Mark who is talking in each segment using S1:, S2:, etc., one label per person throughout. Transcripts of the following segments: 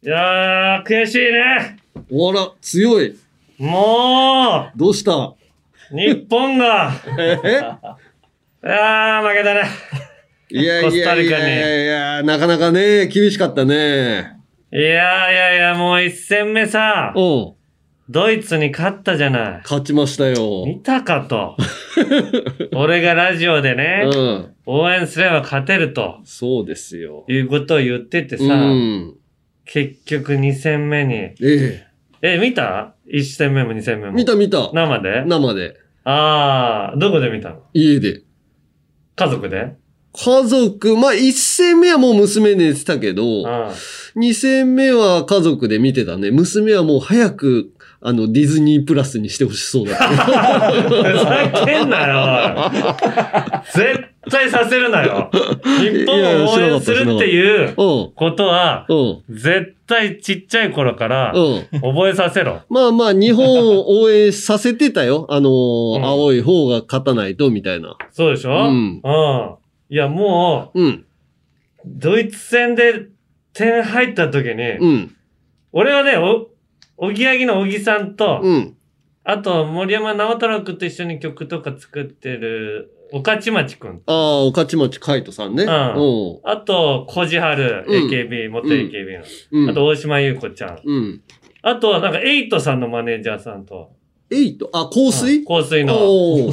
S1: いやー、悔しいね。
S2: おら、強い。
S1: も
S2: ど うした
S1: う、日本 が、
S2: え
S1: いやー、負けたね。
S2: いや
S1: コ
S2: い
S1: スタ
S2: やい
S1: リカに
S2: やいやいや、なかなかね、厳しかったね。
S1: いやいやいや、もう一戦目さ、
S2: うん。
S1: ドイツに勝ったじゃない。
S2: 勝ちましたよ。
S1: 見たか と。俺がラジオでね、
S2: うん。
S1: 応援すれば勝てると
S2: そうですよ。
S1: いうことを言っててさ、
S2: うん。
S1: 結局2戦目に。
S2: え
S1: え、見た ?1 戦目も2戦目
S2: え。
S1: も。
S2: 見た見た。
S1: 生で
S2: 生で。
S1: あー、どこで見たの
S2: 家で。
S1: 家族で
S2: 家族、まあ、一戦目はもう娘寝てたけ
S1: う
S2: ど、
S1: ん。
S2: 二戦目は家族で見てたね。娘はもう早く、あの、ディズニープラスにしてほしそうだ ね。
S1: ふざけんなよ、おい絶対させるなよ。日本を応援するっていう
S2: うん。
S1: ことは、
S2: うん。
S1: 絶対ちっちゃい頃から
S2: うん。
S1: 覚えさせろ。
S2: まあまあ、日本を応援させて たよ。あのー
S1: うん
S2: 青い方が勝たないと、みたいな。
S1: そうでしょ
S2: うん
S1: いや、も
S2: うん。
S1: う、ドイツ戦で点入った時に、
S2: うん。
S1: 俺はね、お、おぎやぎの小木さんと、
S2: うん。
S1: あと森山直太朗君と一緒に曲とか作ってる、岡ちまち君。
S2: ああ、おかちまち海斗さんね。
S1: うん
S2: お
S1: あと、小路春、
S2: うん
S1: AKB、元 AKB の。
S2: うん。うん。
S1: あと、大島優子ちゃん。
S2: うん。
S1: あとは、なんか、エイトさんのマネージャーさんと。
S2: エイト、あ、香水
S1: 香水の。
S2: おお。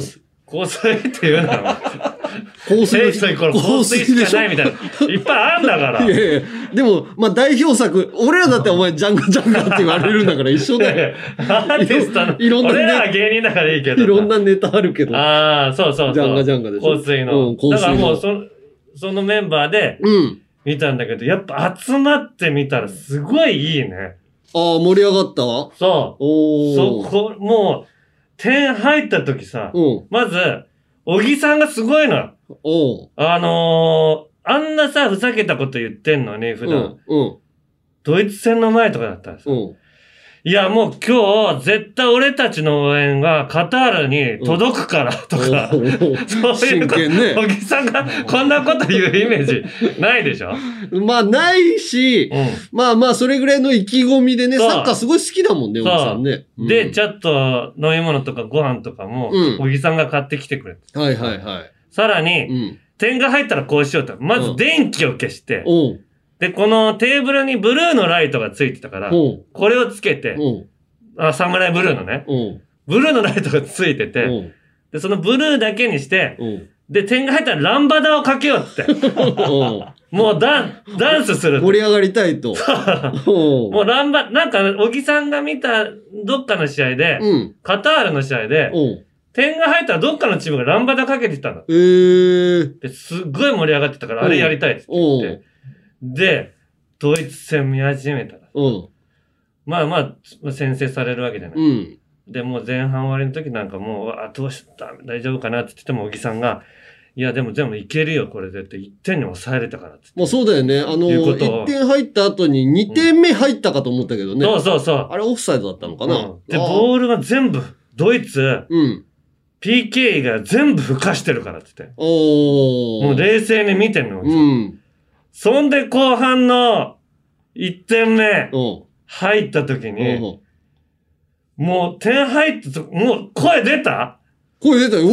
S1: 香水っていうな の。選手
S2: 香水の
S1: の頃香水しかないみたいな。いっぱいあんだから。
S2: いやいや、でも、まあ代表作、俺らだってお前ジャンガジャンガって言われるんだから一緒 だよ。
S1: でアーティストの、
S2: いろんなね
S1: 俺らは芸人だからいいけど。
S2: いろん。なネタあるけど。
S1: ああ、そうそうそう。
S2: ジャンガジャンガでしょ
S1: 香水の。
S2: うん香水の
S1: だからもうその、そのメンバーで
S2: うん。
S1: 見たんだけど、やっぱ集まってみたらすごいいいね。
S2: ああ、盛り上がったわ。
S1: そ
S2: お
S1: う。
S2: お。
S1: そこ、もう、点入った時さ、
S2: うん。
S1: まず、小木さんがすごいのよ。
S2: おう
S1: あのー、あんなさ、ふざけたこと言ってんのに、普段。
S2: うん。
S1: ドイツ戦の前とかだったらさ、
S2: うん。
S1: いや、もう今日、絶対俺たちの応援がカタールに届くから、とか、
S2: おう
S1: そういう
S2: 真
S1: こと。
S2: 剣ね。
S1: 小木さんがこんなこと言うイメージないでしょうん。
S2: まあ、ないし、まあまあ、それぐらいの意気込みでね、
S1: そう
S2: サッカーすごい好きだもんね、お
S1: そう
S2: じさんね。うん
S1: で、ちょっと飲み物とかご飯とかも
S2: うん、
S1: 小木さんが買ってきてくれて。
S2: はいはいはい。
S1: さら
S2: う
S1: に、
S2: ん。
S1: 点が入ったらこうしようと。ま
S2: う
S1: ず
S2: ん
S1: 電気を消して、
S2: おう
S1: で、このテーブルにブルーのライトがついてたから、
S2: おう
S1: これをつけて、
S2: おう
S1: あ、サムライブルーのね、
S2: おう
S1: ブルーのライトがついて
S2: お
S1: て、
S2: う
S1: で、そのブルーだけにして、
S2: おう
S1: で、点が入ったらランバダをかけようって。
S2: おう
S1: もうダン、ダンスする
S2: 盛。り上がりたいと。おう
S1: もうランバ、なんか、小木さんが見たどっかの試合で、
S2: うん。
S1: カタールの試合で、
S2: おう
S1: 点が入ったらどっかのチームがランバダかけてたの。
S2: えー。
S1: で、すっごい盛り上がってたから、あれやりたいっつって
S2: お
S1: 言って
S2: う。
S1: で、ドイツ戦見始めたら。
S2: おう
S1: まあまあ、先制されるわけじゃない。
S2: うん。
S1: で、もう前半終わりの時なんかもう、あ、どうした大丈夫かなって言ってても、小木さんが、いや、でも全部いけるよ、これでって、1点に抑えれたからって。
S2: まあそうだよね。あの、
S1: いうことは
S2: 1点入った後に2点目入ったかと思ったけどね。
S1: そうそうそう。
S2: あれオフサイドだったのかな
S1: うん。で、
S2: あー
S1: ボールが全部、ドイツ、
S2: うん。
S1: PK が全部吹かしてるからって言って。
S2: お
S1: もう冷静に見てんの。
S2: うん。
S1: そんで後半の1点目
S2: おう
S1: 入った時に、
S2: おう
S1: もう点入ったと、もう声出た
S2: 声出たよ。う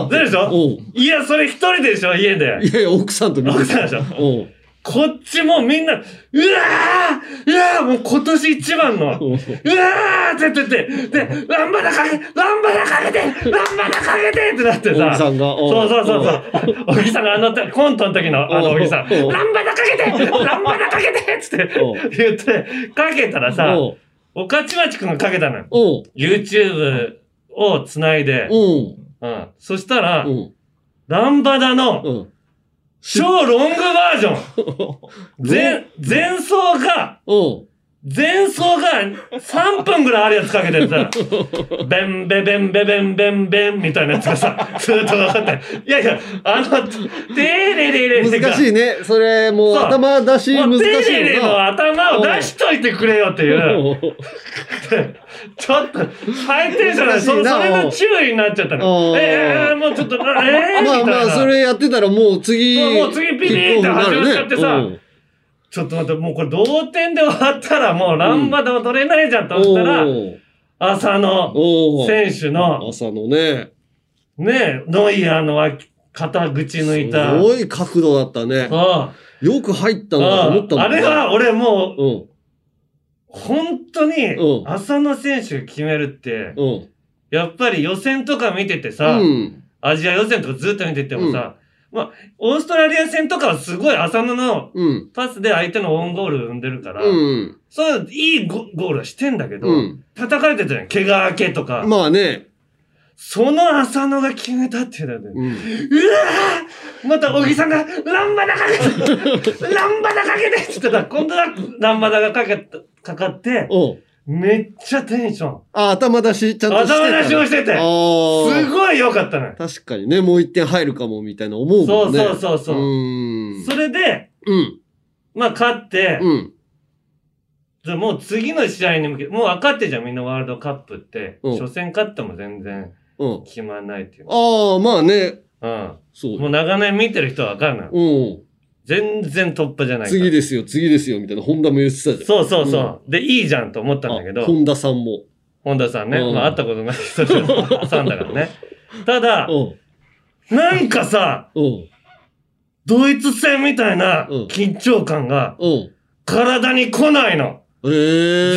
S2: わーって
S1: 出るでしょ
S2: おう
S1: いや、それ一人でしょ家で。
S2: いやいや、奥さんと見て
S1: 奥さんでしょ
S2: おう
S1: こっちもみんな、うわーうわーもう今年一番の、うわ
S2: おう
S1: ーって言ってて、で、ランバダかけ、ランバダかけてランバダかけてってなって
S2: おじさ
S1: さ、
S2: んが。お
S1: そうそうそうそう。小木さんがあの時、コントの時のあの
S2: おう
S1: 小木さん、
S2: おう
S1: ランバダかけてランバダかけてっつって
S2: おう
S1: 言って、かけたらさ、
S2: おう
S1: おかちまちくんがかけたのよ。
S2: おう
S1: YouTube をつないで、
S2: おう
S1: うん。そしたら
S2: お、う
S1: ランバダの
S2: おう
S1: 超ロングバージョン。前、前奏が、
S2: おう
S1: 前奏が3分ぐらいあるやつかけて さ、ベンベベンベベンベンベンみたいなやつがさ、ずっとかかって、いやいや、あの、テレレレレ
S2: 難しいね。それ、もう
S1: そう
S2: 頭出し
S1: も
S2: 難
S1: うテ
S2: し
S1: レ
S2: い
S1: レ
S2: よ
S1: の
S2: な。
S1: 頭を出しといてくれよっていう、
S2: おう
S1: ちょっと、ハイテンションだ
S2: 難しい
S1: そそ
S2: な
S1: れの注意になっちゃったの。
S2: うん
S1: えー、もうちょっと、えー、み
S2: ま
S1: た
S2: あ
S1: いな。
S2: まあ、それやってたらもう次、
S1: そうもう次ピリーって
S2: キックオフになる
S1: 始
S2: ね
S1: まっちゃってさ
S2: うん
S1: ちょっと待って、もうこれ同点で終わったら、もうランバダを取れないじゃんと思
S2: お
S1: ったら、
S2: ー
S1: 浅野
S2: おー
S1: 選手の、
S2: 朝のね、
S1: ね、ノイアーの脇肩口抜いた。
S2: すごい角度だったね。
S1: あ
S2: よく入った
S1: あ
S2: んだと思った
S1: あ
S2: も
S1: あ
S2: んね
S1: れは俺もう、
S2: うん、
S1: 本当に
S2: う、ん
S1: 浅野選手決めるって、
S2: うん。
S1: やっぱり予選とか見ててさ、
S2: うん。
S1: アジア予選とかずっと見ててもさ、まあ、オーストラリア戦とかはすごい浅野の
S2: うん。
S1: パスで相手のオウンゴール生んでるから、
S2: うん。
S1: そういういいゴゴールはしてんだけど、
S2: うん。
S1: 叩かれてたじゃん。怪我明けとか。
S2: まあね。
S1: その浅野が決めたっていうので、
S2: うん。
S1: うわーまた小木さんが、ランバダかけて、 ランバダかけてって言ったら、今度はランバダがかけた、かかって、
S2: お
S1: めっちゃテンション。
S2: あ、頭出し、ちゃんとしてた
S1: 頭出しを
S2: し
S1: してて、
S2: あ
S1: す
S2: ー
S1: ごい良かったのよ。
S2: 確かにね、もう一点入るかも、みたいな思う
S1: そ
S2: も
S1: うん
S2: ね。
S1: そうそうそう。
S2: ん。
S1: それで、
S2: うん。
S1: まあ勝って、
S2: うん。
S1: じゃあもう次の試合に向けて、もう分かってじゃんみんなワールドカップって、
S2: うん
S1: 初戦勝っても全然
S2: うん。
S1: 決まんないっていう。
S2: ああ、まあね。
S1: うん。
S2: そう
S1: もう長年見てる人は分かるのよ。
S2: うん。
S1: 全然突破じゃないから
S2: 次ですよ、次ですよ、みたいな、本田も言ってたじ
S1: そうそうそう。で、いいじゃんと思った
S2: ゃん。
S1: んだけど
S2: あ、本田さんも。
S1: 本田さんね、
S2: うん
S1: まあ会ったことない人 さんだからね。ただ、
S2: うん。
S1: なんかさ、
S2: うん。
S1: ドイツ戦みたいな
S2: うん
S1: 緊張感が
S2: うん。
S1: 体に来ないの。
S2: ええ。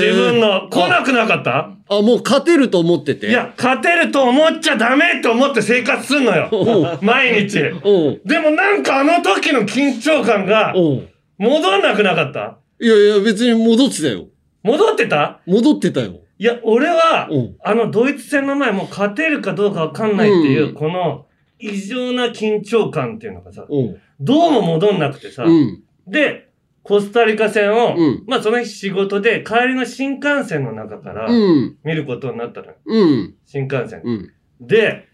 S1: 自分。の、来なくなかった
S2: あ、もう勝てると思ってて。
S1: い。や、勝てると思っちゃダメと思って生活すんのよ。
S2: うん。
S1: 毎日。
S2: うん。
S1: でもなんかあの時の緊張感が
S2: うん。
S1: 戻んなくなかった
S2: いやいや、別に戻ってたよ。
S1: 戻ってた
S2: 戻ってたよ。
S1: いや、俺は、
S2: うん。
S1: あのドイツ戦の前もう勝てるかどうかわかんないっていう、
S2: うん
S1: この異常な緊張感っていうのがさ、
S2: うん。
S1: どうも戻んなくてさ、
S2: うん。
S1: で、コスタリカ戦を、
S2: うん
S1: まあその日仕事で帰りの新幹線の中から
S2: うん。
S1: 見ることになったのよ。
S2: うん。
S1: 新幹線。
S2: うん。
S1: で、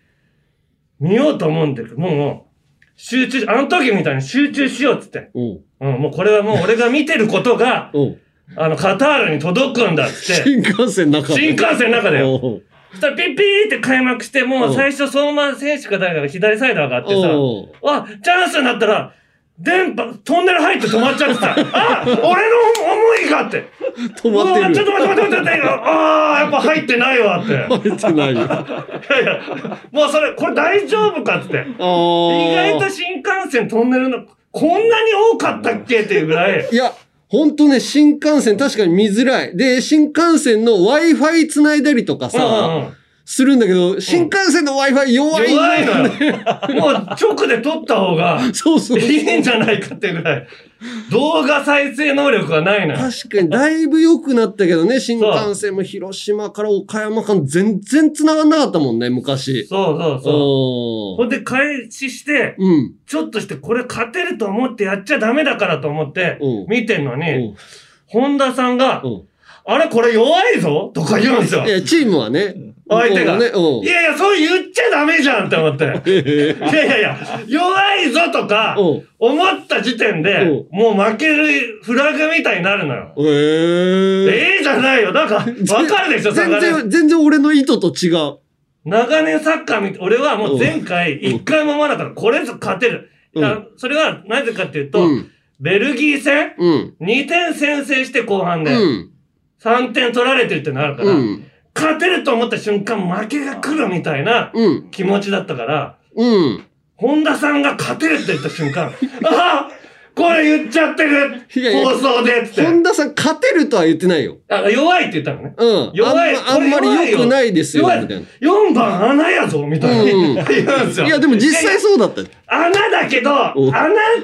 S1: 見ようと思うんだけど、もう、集中し、あの時みたいに集中しようっつって。
S2: うん。
S1: うん、もうこれはもう俺が見てることが、
S2: うん。
S1: あの、カタールに届くんだっつ って、
S2: 新幹線の中で。
S1: 新幹線の中だよ。
S2: おう
S1: そしたらピッピーって開幕して、もう最初相馬選手か誰かが左サイド上がってさ、
S2: おう
S1: あ、チャンスになったら、電波、トンネル入って止まっちゃって さ、あ、俺の思いがって。
S2: 止まっ
S1: うわち
S2: て
S1: ょっ
S2: る。
S1: と待って待って待って待って。ああ、やっぱ入ってないわ って。いや
S2: 入ってないよ。あ
S1: いや、もうそれ、これ大丈夫かって。
S2: あー。
S1: 意外と新幹線トンネルの、こんなに多かったっけっていうぐらい。
S2: いや、ほんとね、新幹線確かに見づらい。で、新幹線の Wi-Fi 繋いだりと
S1: う
S2: か
S1: んうん
S2: さ、
S1: うん
S2: するんだけど、新幹線の Wi-Fi 弱いん
S1: 弱
S2: だ
S1: い
S2: よ
S1: のよ。もう直で撮った方が
S2: そうそう。
S1: いいんじゃないかっていうぐらい。動画再生能力がないのよ。
S2: 確かに、だいぶ良くなったけどね、新幹線も広島から岡山間全然繋がんなかったもんね、昔。
S1: そうそうそう。ほ
S2: うん
S1: で開始して、
S2: うん。
S1: ちょっとしてこれ勝てると思ってやっちゃダメだからと思って
S2: うん
S1: 見てんの
S2: う
S1: に、
S2: ん
S1: 本田さんが
S2: う、ん
S1: あれこれ弱いぞとか言うんですよ
S2: い。や、チームはね。
S1: 相手が。
S2: 向こう
S1: いやいや、そう言っちゃダメじゃんって思って。
S2: ね、
S1: いやいやいや、弱いぞとか、
S2: うん。うん
S1: 思った時点で
S2: う、
S1: もう負けるフラグみたいになるのよ。
S2: ええ
S1: ええじゃないよ。なんか、わかるでしょ、
S2: 全
S1: 長年。
S2: 然、全然俺の意図と違う。
S1: 長年サッカー見て、俺はもう前回、
S2: うん
S1: 一回も思わなかった。これぞ勝てる。
S2: う
S1: い
S2: ん
S1: やそれは、なぜかっていうと
S2: う、ん。
S1: ベルギー戦
S2: うん。
S1: 2点先制して後半
S2: う
S1: で、
S2: ん。
S1: 3点取られてるってなるか
S2: う
S1: ら、
S2: ん。
S1: 勝てると思った瞬間、負けが来るみたいな
S2: うん。
S1: 気持ちだったから、
S2: うん。
S1: 本田さんが勝てるって言った瞬間、ああこれ言っちゃってる
S2: いやいや
S1: 放送でっつって。
S2: 本田さん、勝てるとは言ってないよ。
S1: あ弱いって言ったのね。
S2: うん。
S1: 弱い
S2: あんまあ
S1: こ
S2: んま
S1: れ弱い
S2: り
S1: よ
S2: 良くないですよ、
S1: 弱い
S2: みたい
S1: 4番穴やぞみたいな、
S2: う
S1: 言
S2: ん
S1: うんですよ。
S2: な。いや、でも実際そうだったよ。
S1: 穴だけど、
S2: お
S1: 穴っ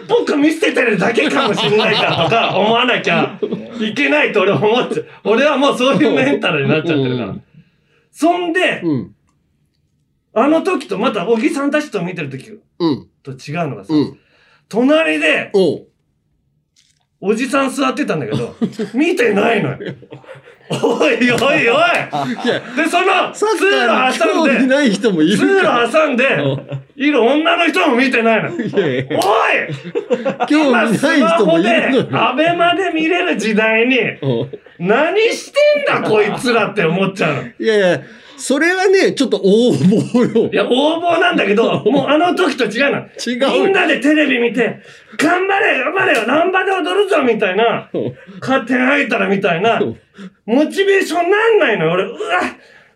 S1: ぽく見せてるだけかもしれないかと か思わなきゃいけないと俺は思っちゃう。俺はもうそういうメンタルになっちゃってるから
S2: うん。
S1: そんで、
S2: うん。
S1: あの時とまた小木さんたちと見てる時
S2: うん。
S1: と違うのがさ、
S2: うん。
S1: 隣で
S2: おう。
S1: おじさん座ってたんだけ ど、見てないのよ。おいおいおい
S2: いや、
S1: で、その
S2: サ
S1: 通
S2: ッカーに
S1: 路挟
S2: 興味
S1: んで、
S2: ない人もい
S1: 通
S2: るから。
S1: 路挟んで
S2: うん、
S1: いる女の人も見て ないの。
S2: いやいや
S1: おい
S2: 興
S1: 今
S2: 味
S1: ス
S2: ない
S1: マ
S2: 人も
S1: ホ
S2: い
S1: で
S2: る、のよ。
S1: アベマで見れる時代に、
S2: うん
S1: 何してんだこいつらって思っちゃうの。
S2: いやいや、それはね、ちょっと応募よ
S1: い。や、横暴なんだけ ど、もうあの時と違うの。
S2: 違うよ
S1: みんなでテレビ見て、頑張れ、頑張れよ、難波で踊るぞ、みたいな。勝手に入ったら、みたい な。モチベーションなんないのよ、俺。うわ、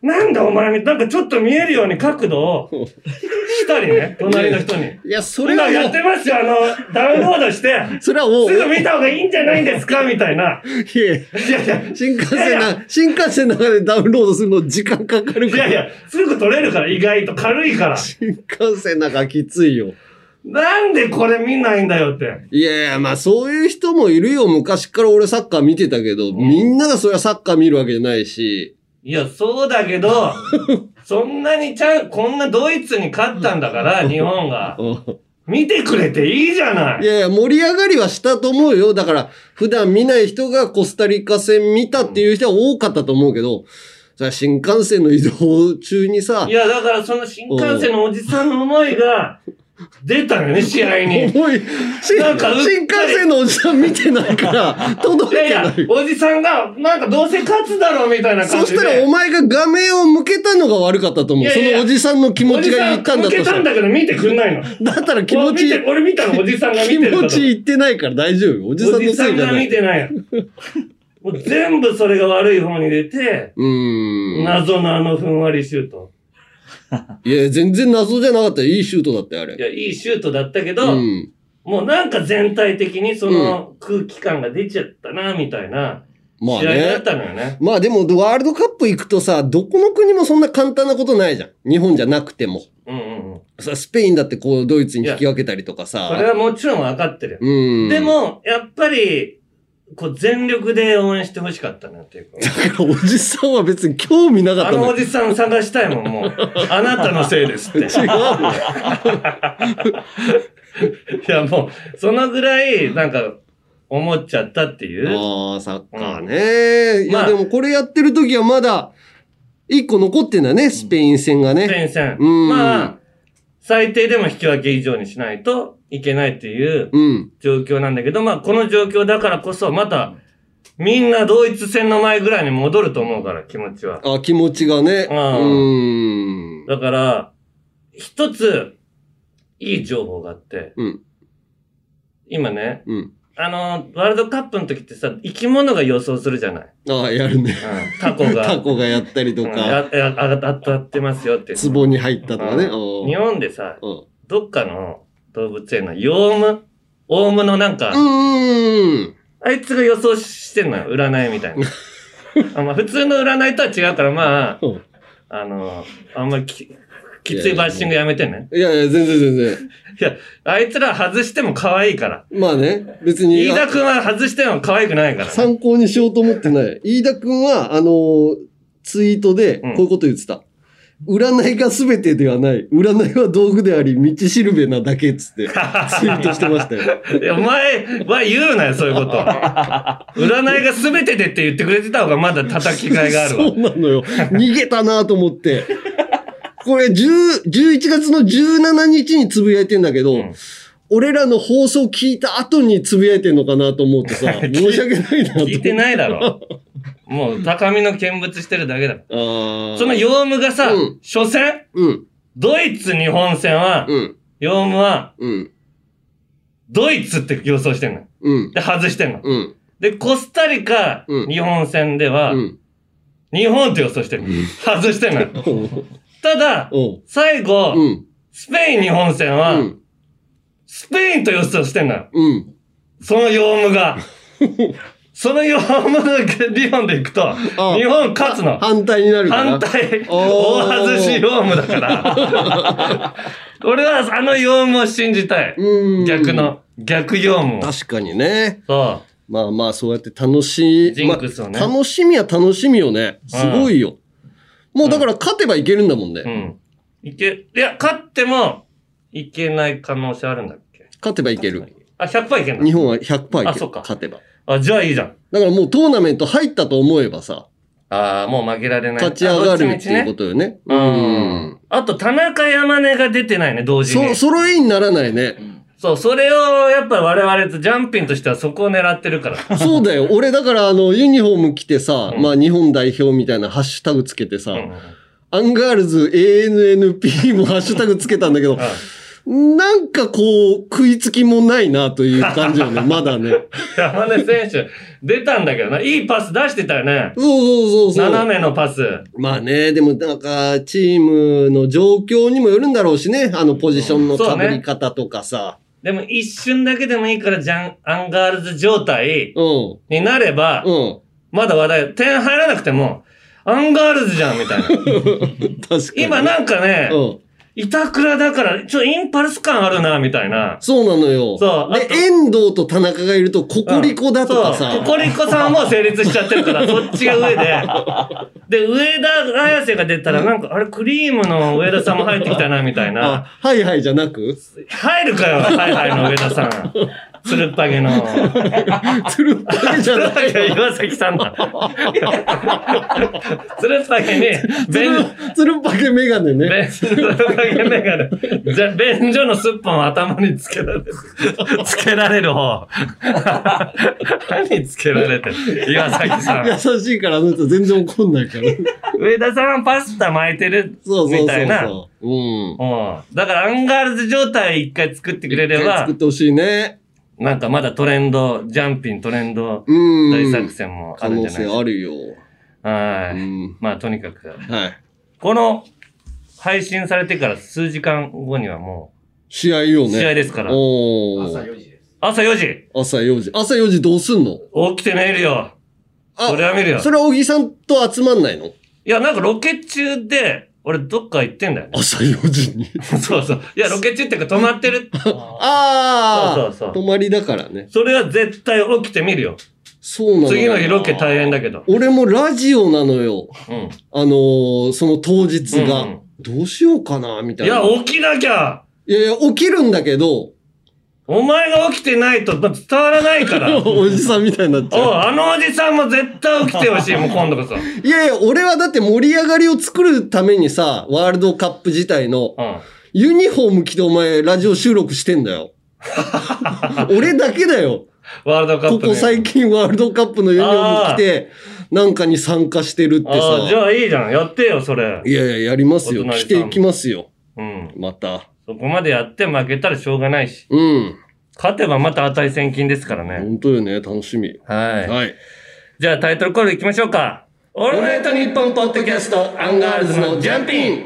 S1: なんだお前み、なんかちょっと見えるように角度 を、したりね、隣の人に。
S2: いや、それ
S1: 今
S2: は
S1: や
S2: も
S1: ってますよ、あの、ダウンロードして。
S2: う、 それはもう、
S1: すぐ見た方がいいんじゃないんですかみたいな。
S2: いやいや
S1: いやいや、
S2: 新幹線な、新幹線の中でダウンロードするの時間かかる
S1: い
S2: から。
S1: やいや、すぐ取れるから、意外と軽いから。
S2: 新幹線なんかきついよ。
S1: なんでこれ見ないんだよって。
S2: いやいや、まあそういう人もいるよ。昔から俺サッカー見てたけど、みんながそりゃサッカー見るわけじゃないし。
S1: いや、そうだけ ど、そんなにちゃん、こんなドイツに勝ったんだから、日本が。
S2: うん
S1: 見てくれていいじゃないい。
S2: やいや、盛り上がりはしたと思うよ。だから、普段見ない人がコスタリカ戦見たっていう人は多かったと思うけど、そりゃ新幹線の移動中にさ
S1: い、や、だからその新幹線のおじさんの思いが、出たのよね、試合に。
S2: 重い、新
S1: なんかうっかり
S2: 新幹線のおじさん見てないから、
S1: い
S2: 届い
S1: やい
S2: てな
S1: や
S2: い。、
S1: おじさんが、なんかどうせ勝つだろうみたいな感
S2: そ
S1: じ
S2: し
S1: で。
S2: たらお前が画面を向けたのが悪かったと思う。
S1: いやいや
S2: そのおじさんの気持ちが言ったんだ
S1: おじさん向
S2: と
S1: けたんだけど見てくんないの。
S2: だったら気持
S1: 俺見
S2: ち、
S1: て俺見たの、おじさんが見て
S2: 気
S1: るから
S2: 持ち言ってないから大丈夫。おじさ
S1: お
S2: んの
S1: じさ
S2: せい
S1: ん
S2: じゃ
S1: が
S2: な
S1: 見
S2: い。
S1: てないの。もう全部それが悪い方に出て、
S2: うーん。
S1: 謎のあのふんわりシュート。
S2: いや、全然謎じゃなかったよ。いいシュートだったよ、あ
S1: い
S2: れ。
S1: や、いいシュートだったけ
S2: う
S1: ど、
S2: ん。
S1: もうなんか全体的にその空気感が出ちゃったな、みたいな
S2: まあ
S1: 試合だっ
S2: ね。
S1: たのよね。
S2: まあでも、ワールドカップ行くとさ、どこの国もそんな簡単なことないじゃん。日本じゃなくても。
S1: うんうんうん。
S2: さ、スペインだってこう、ドイツに引き分けたりとか
S1: それ
S2: さ。
S1: はもちろん分かってるよ。
S2: うん。
S1: で、も、やっぱり、こう全力で応援してほしかったなっていうか。
S2: だからおじさんは別に興味なかっ
S1: あ
S2: た
S1: の
S2: の
S1: お。じさん探したいもん、も う。あなたのせいですって。
S2: 違うよ。
S1: いや、もう、そのぐらい、なんか、思っちゃったっていう。
S2: ああ、サッカーね。いや、
S1: まあ
S2: でもこれやってる時はまだ、一個残ってんだね、スペイン戦がね。
S1: 前線。
S2: うん
S1: まあ、最低でも引き分け以上にしないといけないっていう
S2: うん。
S1: 状況なんだけど、まあ、この状況だからこそ、また、みんなドイツ戦の前ぐらいに戻ると思うから、気持ちは。
S2: あ、気持ちがね。う
S1: うん
S2: ーん。
S1: だから、一つ、いい情報があって、
S2: うん
S1: 今ね、
S2: うん。
S1: あの、ワールドカップの時ってさ、生き物が予想するじゃない。
S2: ああ、やるね。
S1: うん、タコが。
S2: タコがやったりと
S1: うん
S2: か、
S1: ややあ当たってますよって。
S2: 壺に入ったとかね。
S1: うん日本でさ、
S2: うんう
S1: どっかの動物園のヨウム、オウムのなんか、
S2: ーん。
S1: あいつが予想してんのよ、占いみた いな。あまあ、普通の占いとは違うから、まあ、
S2: うん
S1: あの、あんまりききついバッシングやめてね。
S2: いやいや、全然全然。
S1: いや、あいつら外しても可愛いから。
S2: まあね、別に。
S1: 飯田くんは外しても可愛くないから。
S2: 参考にしようと思ってない。飯田くんは、あのーツイートで、こ
S1: う
S2: うんいうこと言ってた。占いが全てではない。占いは道具であり、道しるべなだけっつって、ツイートしてましたよ。
S1: いやお前は言うなよ、そういうこと。占いが全てでって言ってくれてた方がまだ叩き替えがあるわ
S2: そ。うなのよ。逃げたなと思って。これ、10 11月の17日につぶやいてんだけど、
S1: うん
S2: 俺らの放送聞いた後につぶやいてんのかなと思ってさ、
S1: 聞い
S2: 申し訳ないなと思っ
S1: 聞いてないだろ。もう高みの見物してるだけだ。
S2: あー
S1: そのヨウムがさ、
S2: うん
S1: 初戦、
S2: うん、
S1: ドイツ日本戦は、
S2: うん、
S1: ヨウムは、
S2: うん、
S1: ドイツって予想してんの。
S2: うん、
S1: で、外してんの。
S2: うん、
S1: で、コスタリカ、
S2: うん
S1: 日本戦では、
S2: うん。
S1: 日本って予想してんの。外してんの。ただ、
S2: おう
S1: 最後、
S2: うん。
S1: スペイン日本戦
S2: う
S1: は、
S2: ん。
S1: スペインと予想してんのよ。
S2: うん。
S1: そのヨウム が。そのヨウムの理論でいくと、日本勝つの。
S2: 反対になるから。
S1: 反対、
S2: おー
S1: 大外しヨウムだ から。俺はあのヨウムを信じたい。
S2: うん。
S1: 逆。の、逆ヨウムを。
S2: 確かにね。
S1: そ
S2: まあまあ、そうやって楽しい。
S1: ジンクスをね
S2: まあ楽しみは楽しみよね。すごいよ。もうだから勝てばいけるんだもんね。
S1: う。うん。いけ、いや、勝っても、いけない可能性あるんだっけ
S2: 勝てばいける。
S1: あ、100%いけん
S2: 日
S1: の
S2: 本は100%い
S1: あ
S2: け
S1: そ
S2: る
S1: っ。か
S2: 勝てば。
S1: あ、じゃあいいじゃん。
S2: だからもうトーナメント入ったと思えばさ、
S1: ああ、もう負けられない。。
S2: 勝ち上がるっていうこととよね。
S1: う。ん。あと、田中山根が出てないね、同時に。
S2: そ、揃いにならないね。
S1: そう、それを、やっぱ我々とジャンピンとしてはそこを狙ってる から。
S2: そうだよ。俺だからあの、ユニフォーム着てさ、
S1: うん
S2: まあ日本代表みたいなハッシュタグつけてさ、
S1: うん
S2: アンガールズ ANNP もハッシュタグつけたんだけど、なんかこう、食いつきもないなという感じよね、まだね。
S1: 山根選手、出たんだけどな。いいパス出してたよね。
S2: そうそうそうそう。
S1: 斜めのパス。
S2: まあね、でもなんか、チームの状況にもよるんだろうしね、あのポジションの
S1: そう
S2: 被
S1: ね
S2: り方とかさ。
S1: でも一瞬だけでもいいから、ジャン、アンガールズ状態
S2: うん。
S1: になれば、
S2: うん。
S1: まだ話題、点入らなくても、アンガールズじゃん、みたいな。
S2: 確かに。
S1: 今なんかね、
S2: うん。
S1: 板倉だから、ちょ、インパルス感あるな、みたいな。
S2: そうなのよ。
S1: そうあ
S2: で
S1: と、
S2: 遠藤と田中がいると、ココリコだとか
S1: そう
S2: さ。
S1: ココリコさんも成立しちゃってる から、そっちが上で。で、上田綾瀬が出たら、なんか、あれ、クリームの上田さんも入ってきたな、みたいな。
S2: あ、はいはいじゃなく
S1: 入るかよ、ハイハイの上田さ ん。つるっぱげの。
S2: つるっぱげじ
S1: つ
S2: ゃ
S1: る
S2: な
S1: っぱ
S2: い。
S1: げは岩崎さん だ。つるっぱげに、
S2: つ
S1: 便
S2: るつるっぱげメガ ネね。
S1: 便つるっぱげメガネ。じゃ、便所のすっぽんを頭につけられる。つけられる方。何つけられてる岩崎さん。
S2: 優しいから、あの人全然怒んな いから。
S1: 上田さんはパスタ巻いてる
S2: そうそうそうそう。
S1: みたいな。うん
S2: うん。
S1: だからアンガールズ状態一回作ってくれれば
S2: 作っ、てほしいね。
S1: なんかまだトレンド、ジャンピントレンド
S2: うん。
S1: 大作戦もあ
S2: 可
S1: るんじ
S2: 能
S1: ゃない
S2: 性あるよ。う
S1: はい。
S2: ん。
S1: まあとにかく、
S2: はい。
S1: この配信されてから数時間後にはも
S2: 試合よ
S1: う
S2: ね。
S1: 試合ですから、
S2: お
S3: 朝
S2: ー。
S3: 4時です。
S1: 朝4時、
S2: 朝4時。朝4時どうすんの
S1: 起きて寝るよ。
S2: あ
S1: それは見るよ。
S2: それは小木さんと集まんないの
S1: いや、なんかロケ中で、俺どっか行ってんだよね。
S2: 朝4時に。
S1: そうそう。いや、ロケ中っていうか泊まってる。
S2: ああ
S1: そうそうそう
S2: 泊まりだからね。
S1: それは絶対起きてみるよ。
S2: そうなのよ
S1: 次の日ロケ大変だけど。
S2: 俺もラジオなのよ。
S1: うん。
S2: あのー、その当日が。
S1: うん
S2: どうしようかな、みた
S1: い
S2: いな。
S1: や、起きなきゃ
S2: いやいや、起きるんだけど、
S1: お前が起きてないとま伝わらないか ら。おう
S2: おじさんみたいになっちゃう。
S1: あのおじさんも絶対起きてほし い、もう今度こそ。う
S2: いやいや、俺はだって盛り上がりを作るためにさ、ワールドカップ自体の、
S1: ん。
S2: ユニフォーム着てお前ラジオ収録してんだ よ。俺だけだよ。
S1: ワールドカップ、
S2: こ
S1: ね。
S2: こ最近ワールドカップのユニフォーム着て、なんかに参加してるって
S1: ああ、じ
S2: さ。
S1: ゃあいいじゃん。やってよ、それ。
S2: いやいや、やりますよ
S1: お。隣さ
S2: 着
S1: ん
S2: ていきますよ。
S1: うん。
S2: また。
S1: そこまでやって負けたらしょうがないし。
S2: うん。
S1: 勝てばまた値千金ですからね。
S2: 本当よね。楽しみ。
S1: はい。
S2: はい。
S1: じゃあタイトルコール行きましょうか。オールナイトニッポンポッドキャスト、アンガールズのジャンピン。
S2: ン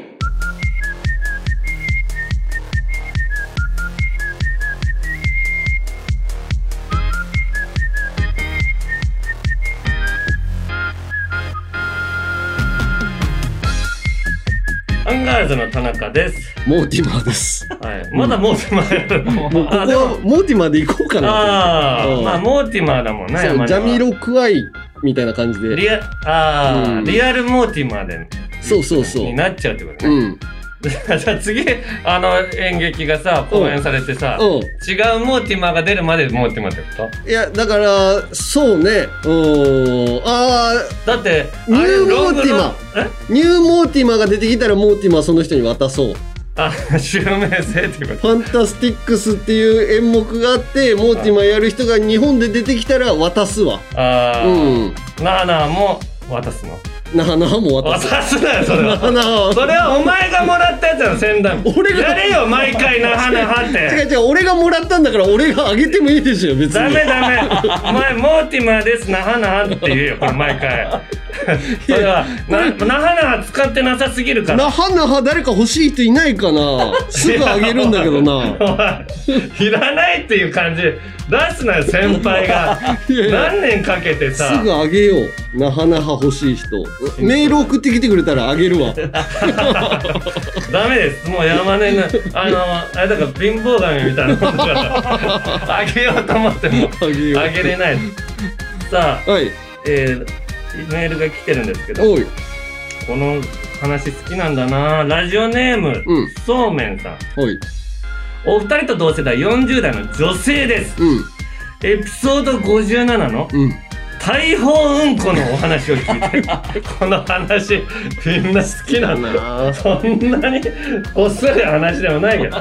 S1: アンガールズの田中です。
S2: モーティマーです。
S1: はい。まだもう手前ある。
S2: もうここ
S1: あ、でも
S2: はモーティマーで行こうかな
S1: あ
S2: う
S1: あ、
S2: ん
S1: まあ、モーティマーだもんね、
S2: と。
S1: 山
S2: そうジ
S1: 根は
S2: ャミロクワイみたいな感じで。
S1: リア、ああ、
S2: うん
S1: リアルモーティマーで、
S2: そうそうそう
S1: に。なっちゃうってこと
S2: う
S1: ね。
S2: ん。
S1: じゃあ次、あの演劇がさ、公演されてさ、
S2: うん。
S1: 違うモーティマーが出るまでモーティマーってこ
S2: いや、だから、そうね。うん。ああ、
S1: とだって、
S2: ニュー
S1: あれロ
S2: モー
S1: グ
S2: テ
S1: の
S2: ィマニューモーティマーが出てきたらモーティマーその人に渡そう。
S1: あ、襲名性っていうこ
S2: ファンタスティックスっていう演目があって、モーティマーやる人が日本で出てきたら渡すわ。
S1: と。ああ、
S2: うん。
S1: なあなあも渡すの。
S2: なあなあも渡す。
S1: 渡すなよ、それ
S2: なあ
S1: は。
S2: なあ。
S1: それはお前がもらったやつやろ、先端。
S2: 俺が
S1: やれよ、毎回、なはなはって。
S2: 違う違う、俺がもらったんだから俺があげてもいいでしょ、別
S1: ダ
S2: に。
S1: メダメお前モーティマーですなはなはって言えよこれ毎回それはななはなは使ってなさすぎるから
S2: なはなは誰か欲しい人いないかなすぐあげるんだけどな。
S1: お前いらないっていう感じ出すなよ先輩が
S2: いやいや
S1: 何年かけて
S2: す
S1: さ
S2: ぐあげよう。なはなは欲しい人。メール送ってきてくれたらあげる わ。
S1: ダメですもう山根のあのあれだから貧乏神みたいなもんだからあげようと思っても
S2: あげよ
S1: あげれないさあ、
S2: う。はい。
S1: えーメールが来てるんですけど
S2: おい。
S1: この話好きなんだなラジオネーム、
S2: うん
S1: そうめんさん
S2: おい。
S1: お二人と同世代40代の女性です
S2: うん。
S1: エピソード57の
S2: うん。
S1: 大砲うんこのお話を聞い てこの話みんな好きなんだ
S2: な
S1: そんなにこっそり話でもないけど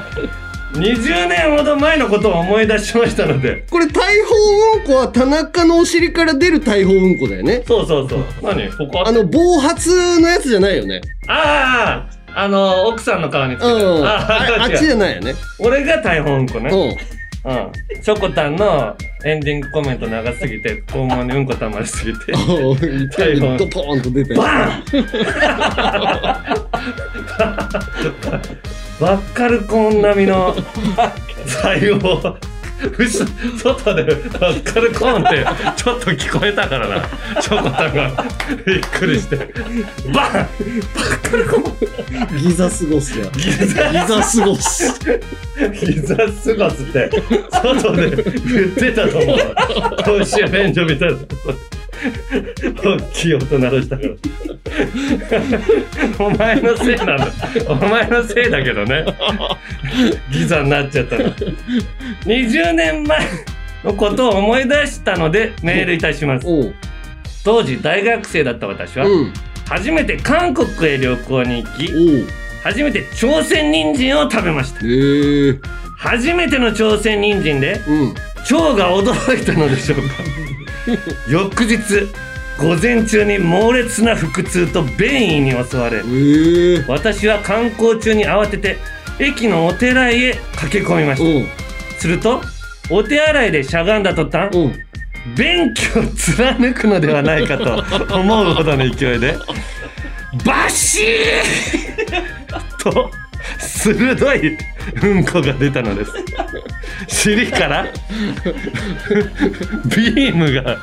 S1: 20年ほど前のことを思い出しましたので
S2: これ大砲うんこは田中のお尻から出る大砲うんこだよね
S1: そうそうそう何他
S2: あの暴発のやつじゃないよね
S1: あああの奥さんの顔につけ
S2: う
S1: た、
S2: ん
S1: あ
S2: あ
S1: あ
S2: あっちじゃないよね
S1: 俺が大砲うんこね
S2: う
S1: うんしょこたんのエンディングコメント長すぎて肛門にうんこ溜まりすぎて
S2: ん痛いのドポーンと出て
S1: バーンバッカルコン並みの財をうそ外でバッカルコンってちょっと聞こえたからなチョコタンがびっくりしてバーン
S2: ギザすごっすわギザすごっす
S1: 膝すごすって外で言ってたと思う公衆便所みたいなとこ大きい大人の人がお前のせいなんだお前のせいだけどねギザになっちゃったの20年前のことを思い出したのでメールいたします
S2: おう
S1: 当時大学生だった私は
S2: うん
S1: 初めて韓国へ旅行に行き
S2: おう
S1: 初めて朝鮮人参を食べました
S2: へえ
S1: 初めての朝鮮人参で
S2: うん
S1: 蝶が驚いたのでしょうか翌日午前中に猛烈な腹痛と便意に襲われ
S2: へえ
S1: 私は観光中に慌てて駅のお寺へ駆け込みまし
S2: うん
S1: たするとお手洗いでしゃがんだ途端
S2: うん
S1: 便器を貫くのではないかと思うほどの勢いでバシーと鋭いうんこが出たのです尻からビームが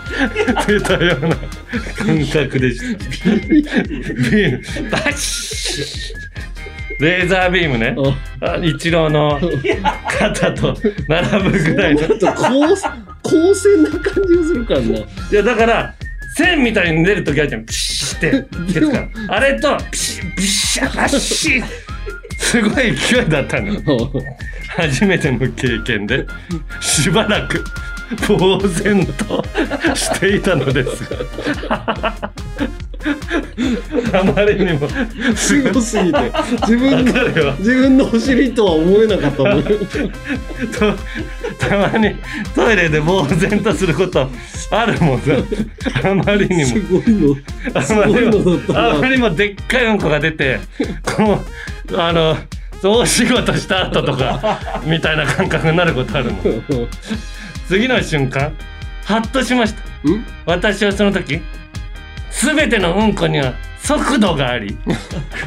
S1: 出たような感覚でしたビームバシーレーザービームね
S2: あ
S1: あ一郎の肩と並ぶ ぐらいの
S2: ちょっと高高専な感じがするからない
S1: やだから線みたいに出るときあるじゃんピシッって
S2: で
S1: ケツ
S2: も
S1: からあれとピシッピシャバッシッすごい勢いだったの初めての経験でしばらく呆然としていたのですがあまりにも
S2: すごすぎて自分
S1: わ
S2: の
S1: かるよ
S2: 自分のお尻とは思えなかったもん
S1: とたまにトイレで呆然とすることあるもんさあまりにも
S2: すごい の
S1: あ
S2: す
S1: ま
S2: ご
S1: り
S2: いのだった
S1: も、あ
S2: な
S1: まりもでっかいうんこが出て、こう、あの、大仕事した後とか、みたいな感覚になることあるの。次の瞬間、ハッとしました。
S2: うん
S1: 私はその時、すべてのうんこには速度があり、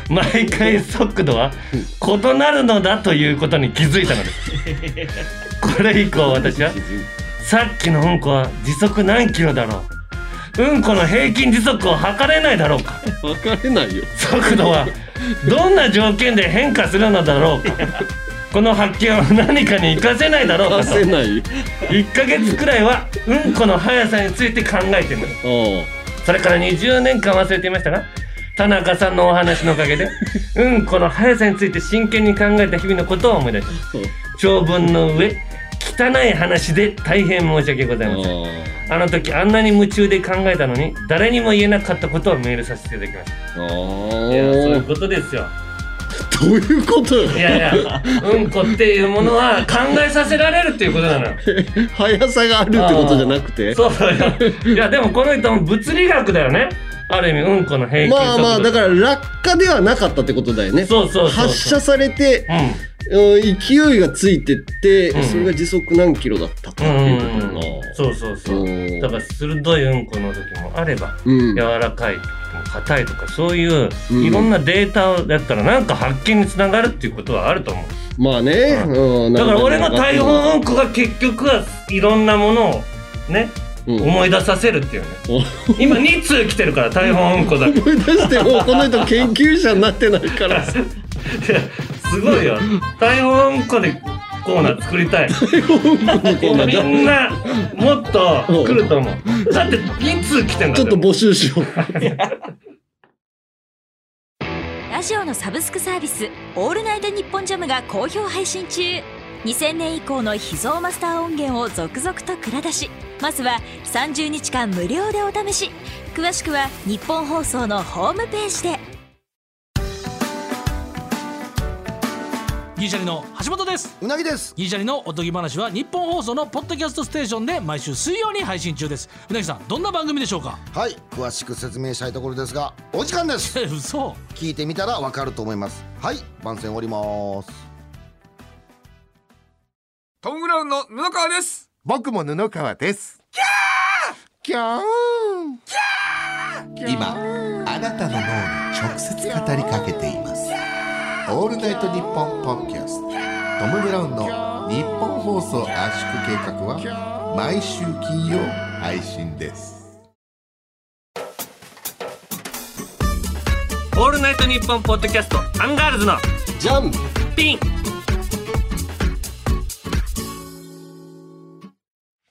S1: 毎回速度は異なるのだということに気づいたのです。これ以降私は、さっきのうんこは時速何キロだろううんこの平均時速を測れないだろうか
S2: 分かれないよ
S1: 速度はどんな条件で変化するのだろうかこの発見を何かに活かせないだろう
S2: 出
S1: かと
S2: せない
S1: 1ヶ月くらいはうんこの速さについて考えてみる
S2: あ
S1: それから20年間忘れていましたが田中さんのお話のおかげでうんこの速さについて真剣に考えた日々のことを思い出し
S2: あ
S1: 長文の上汚い話で大変申し訳ございません
S2: あ
S1: あの時あんなに夢中で考えたのに誰にも言えなかったことをメールさせていただきました
S2: あ
S1: いやそういう
S2: ー
S1: ことですよ
S2: どういうことよ
S1: いやいやうんこっていうものは考えさせられるっていうことなのよ
S2: 速さがあるってことじゃなくて
S1: そうだよいやでもこの人も物理学だよねある意味うんこの平均速
S2: まあ
S1: 度
S2: まあだ
S1: ら
S2: から落下ではなかったってことだよね
S1: そうそうそうそう
S2: 発射されて、
S1: う
S2: うん、勢いがついてって、
S1: うん
S2: それが時速何キロだったかっ
S1: ん
S2: ていうことだな
S1: うんそうそうそう
S2: うん
S1: だから鋭いうんこの時もあれば
S2: うん
S1: 柔らかいとか硬いとかそういう
S2: うん
S1: いろんなデータだったらなんか発見につながるっていうことはあると思う
S2: まあね、うん
S1: だから俺の
S2: な
S1: 大
S2: るほど
S1: 砲うんこが結局はいろんなものをね
S2: うん
S1: 思い出させるっていうね
S2: お
S1: 今2通来てるから大砲うんこ だい
S2: 思い出してもうこの人研究者になってないから
S1: やすごいよ大砲うんこでコーナー作りたいみ
S2: んなじゃ
S1: んなもっと来ると思うだって2通来てんだ
S2: ちょっと
S1: でも
S2: 募集しよう
S3: ラジオのサブスクサービス「オールナイトニッポンジャム」が好評配信中2000年以降の秘蔵マスター音源を続々と蔵出しまずは30日間無料でお試し詳しくは日本放送のホームページで
S4: ギリシャリの橋本です
S5: うなぎです
S4: ギリシャリのおとぎ話は日本放送のポッドキャストステーションで毎週水曜に配信中ですうなぎさんどんな番組でしょうか
S5: はい詳しく説明したいところですがお時間です
S4: え嘘
S5: 聞いてみたらわかると思いますはい番宣終わります
S6: トム・ブラウンの布川です
S7: 僕も布川です。キャーキャー今、あなたの脳に直接語りかけています。オールナイトニッポンポッドキャスト、トム・ブラウンの日本放送圧縮計画は、毎週金曜配信です。
S1: オールナイトニッポンポッドキャストアンガールズの
S2: ジャンプ
S1: ピン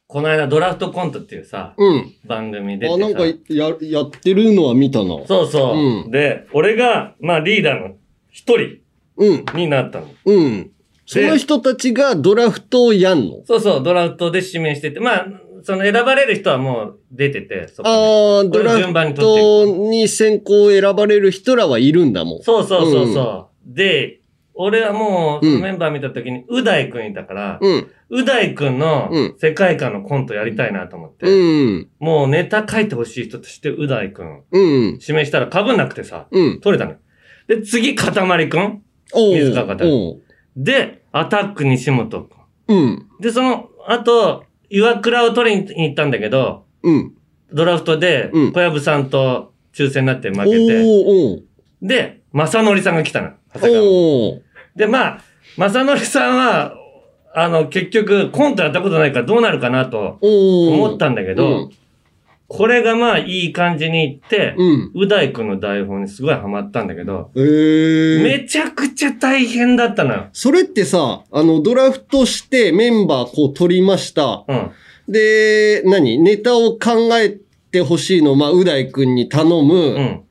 S1: この間ドラフトコントっていうさ、
S2: うん。
S1: 番組出て
S2: あ、
S1: さ
S2: なんかや、やってるのは見たな。
S1: そうそう、
S2: うん
S1: で、俺が、まあリーダーの一人
S2: うん、
S1: になったの。
S2: うん。その人たちがドラフトをやんの
S1: そうそう、ドラフトで指名してて、まあ、その選ばれる人はもう出てて、そこに
S2: ああ、
S1: こ
S2: ド
S1: れを
S2: ラ
S1: 順番に
S2: フ
S1: 取っていく
S2: トに先行選ばれる人らはいるんだもん。
S1: そうそうそうそう。で、俺はもう、
S2: うん
S1: メンバー見た時に、う大くんいたから、
S2: うん。
S1: う大くんの
S2: うん
S1: 世界観のコントやりたいなと思って、
S2: うん。
S1: もうネタ書いてほしい人としてう大くん
S2: うん。
S1: 指名したら被んなくてさ、
S2: うん。
S1: 取れたのよ。で、次、かたまりくん。
S2: おう
S1: 水川かた
S2: おう
S1: で、アタック西本くん。
S2: うん。
S1: で、その、あと、岩倉を取りに行ったんだけど、
S2: うん。
S1: ドラフトで
S2: うん、
S1: 小籔さんと抽選になって負
S2: お
S1: けて、
S2: ー
S1: で、正則さんが来たの。長
S2: お
S1: 谷川
S2: おお
S1: で、まあ、正則さんは、あの、結局、コントやったことないからどうなるかなと
S2: お
S1: 思ったんだけ
S2: け
S1: ど、、これがまあ、いい感じにいって、
S2: うん。
S1: うだいくんの台本にすごいハマったんだけど、
S2: えー。
S1: めちゃくちゃ大変だったのよ。
S2: それってさ、あの、ドラフトしてメンバーこう取りました。
S1: うん。
S2: で、何ネタを考えてほしいの、まあ、う大くんに頼む。
S1: うん。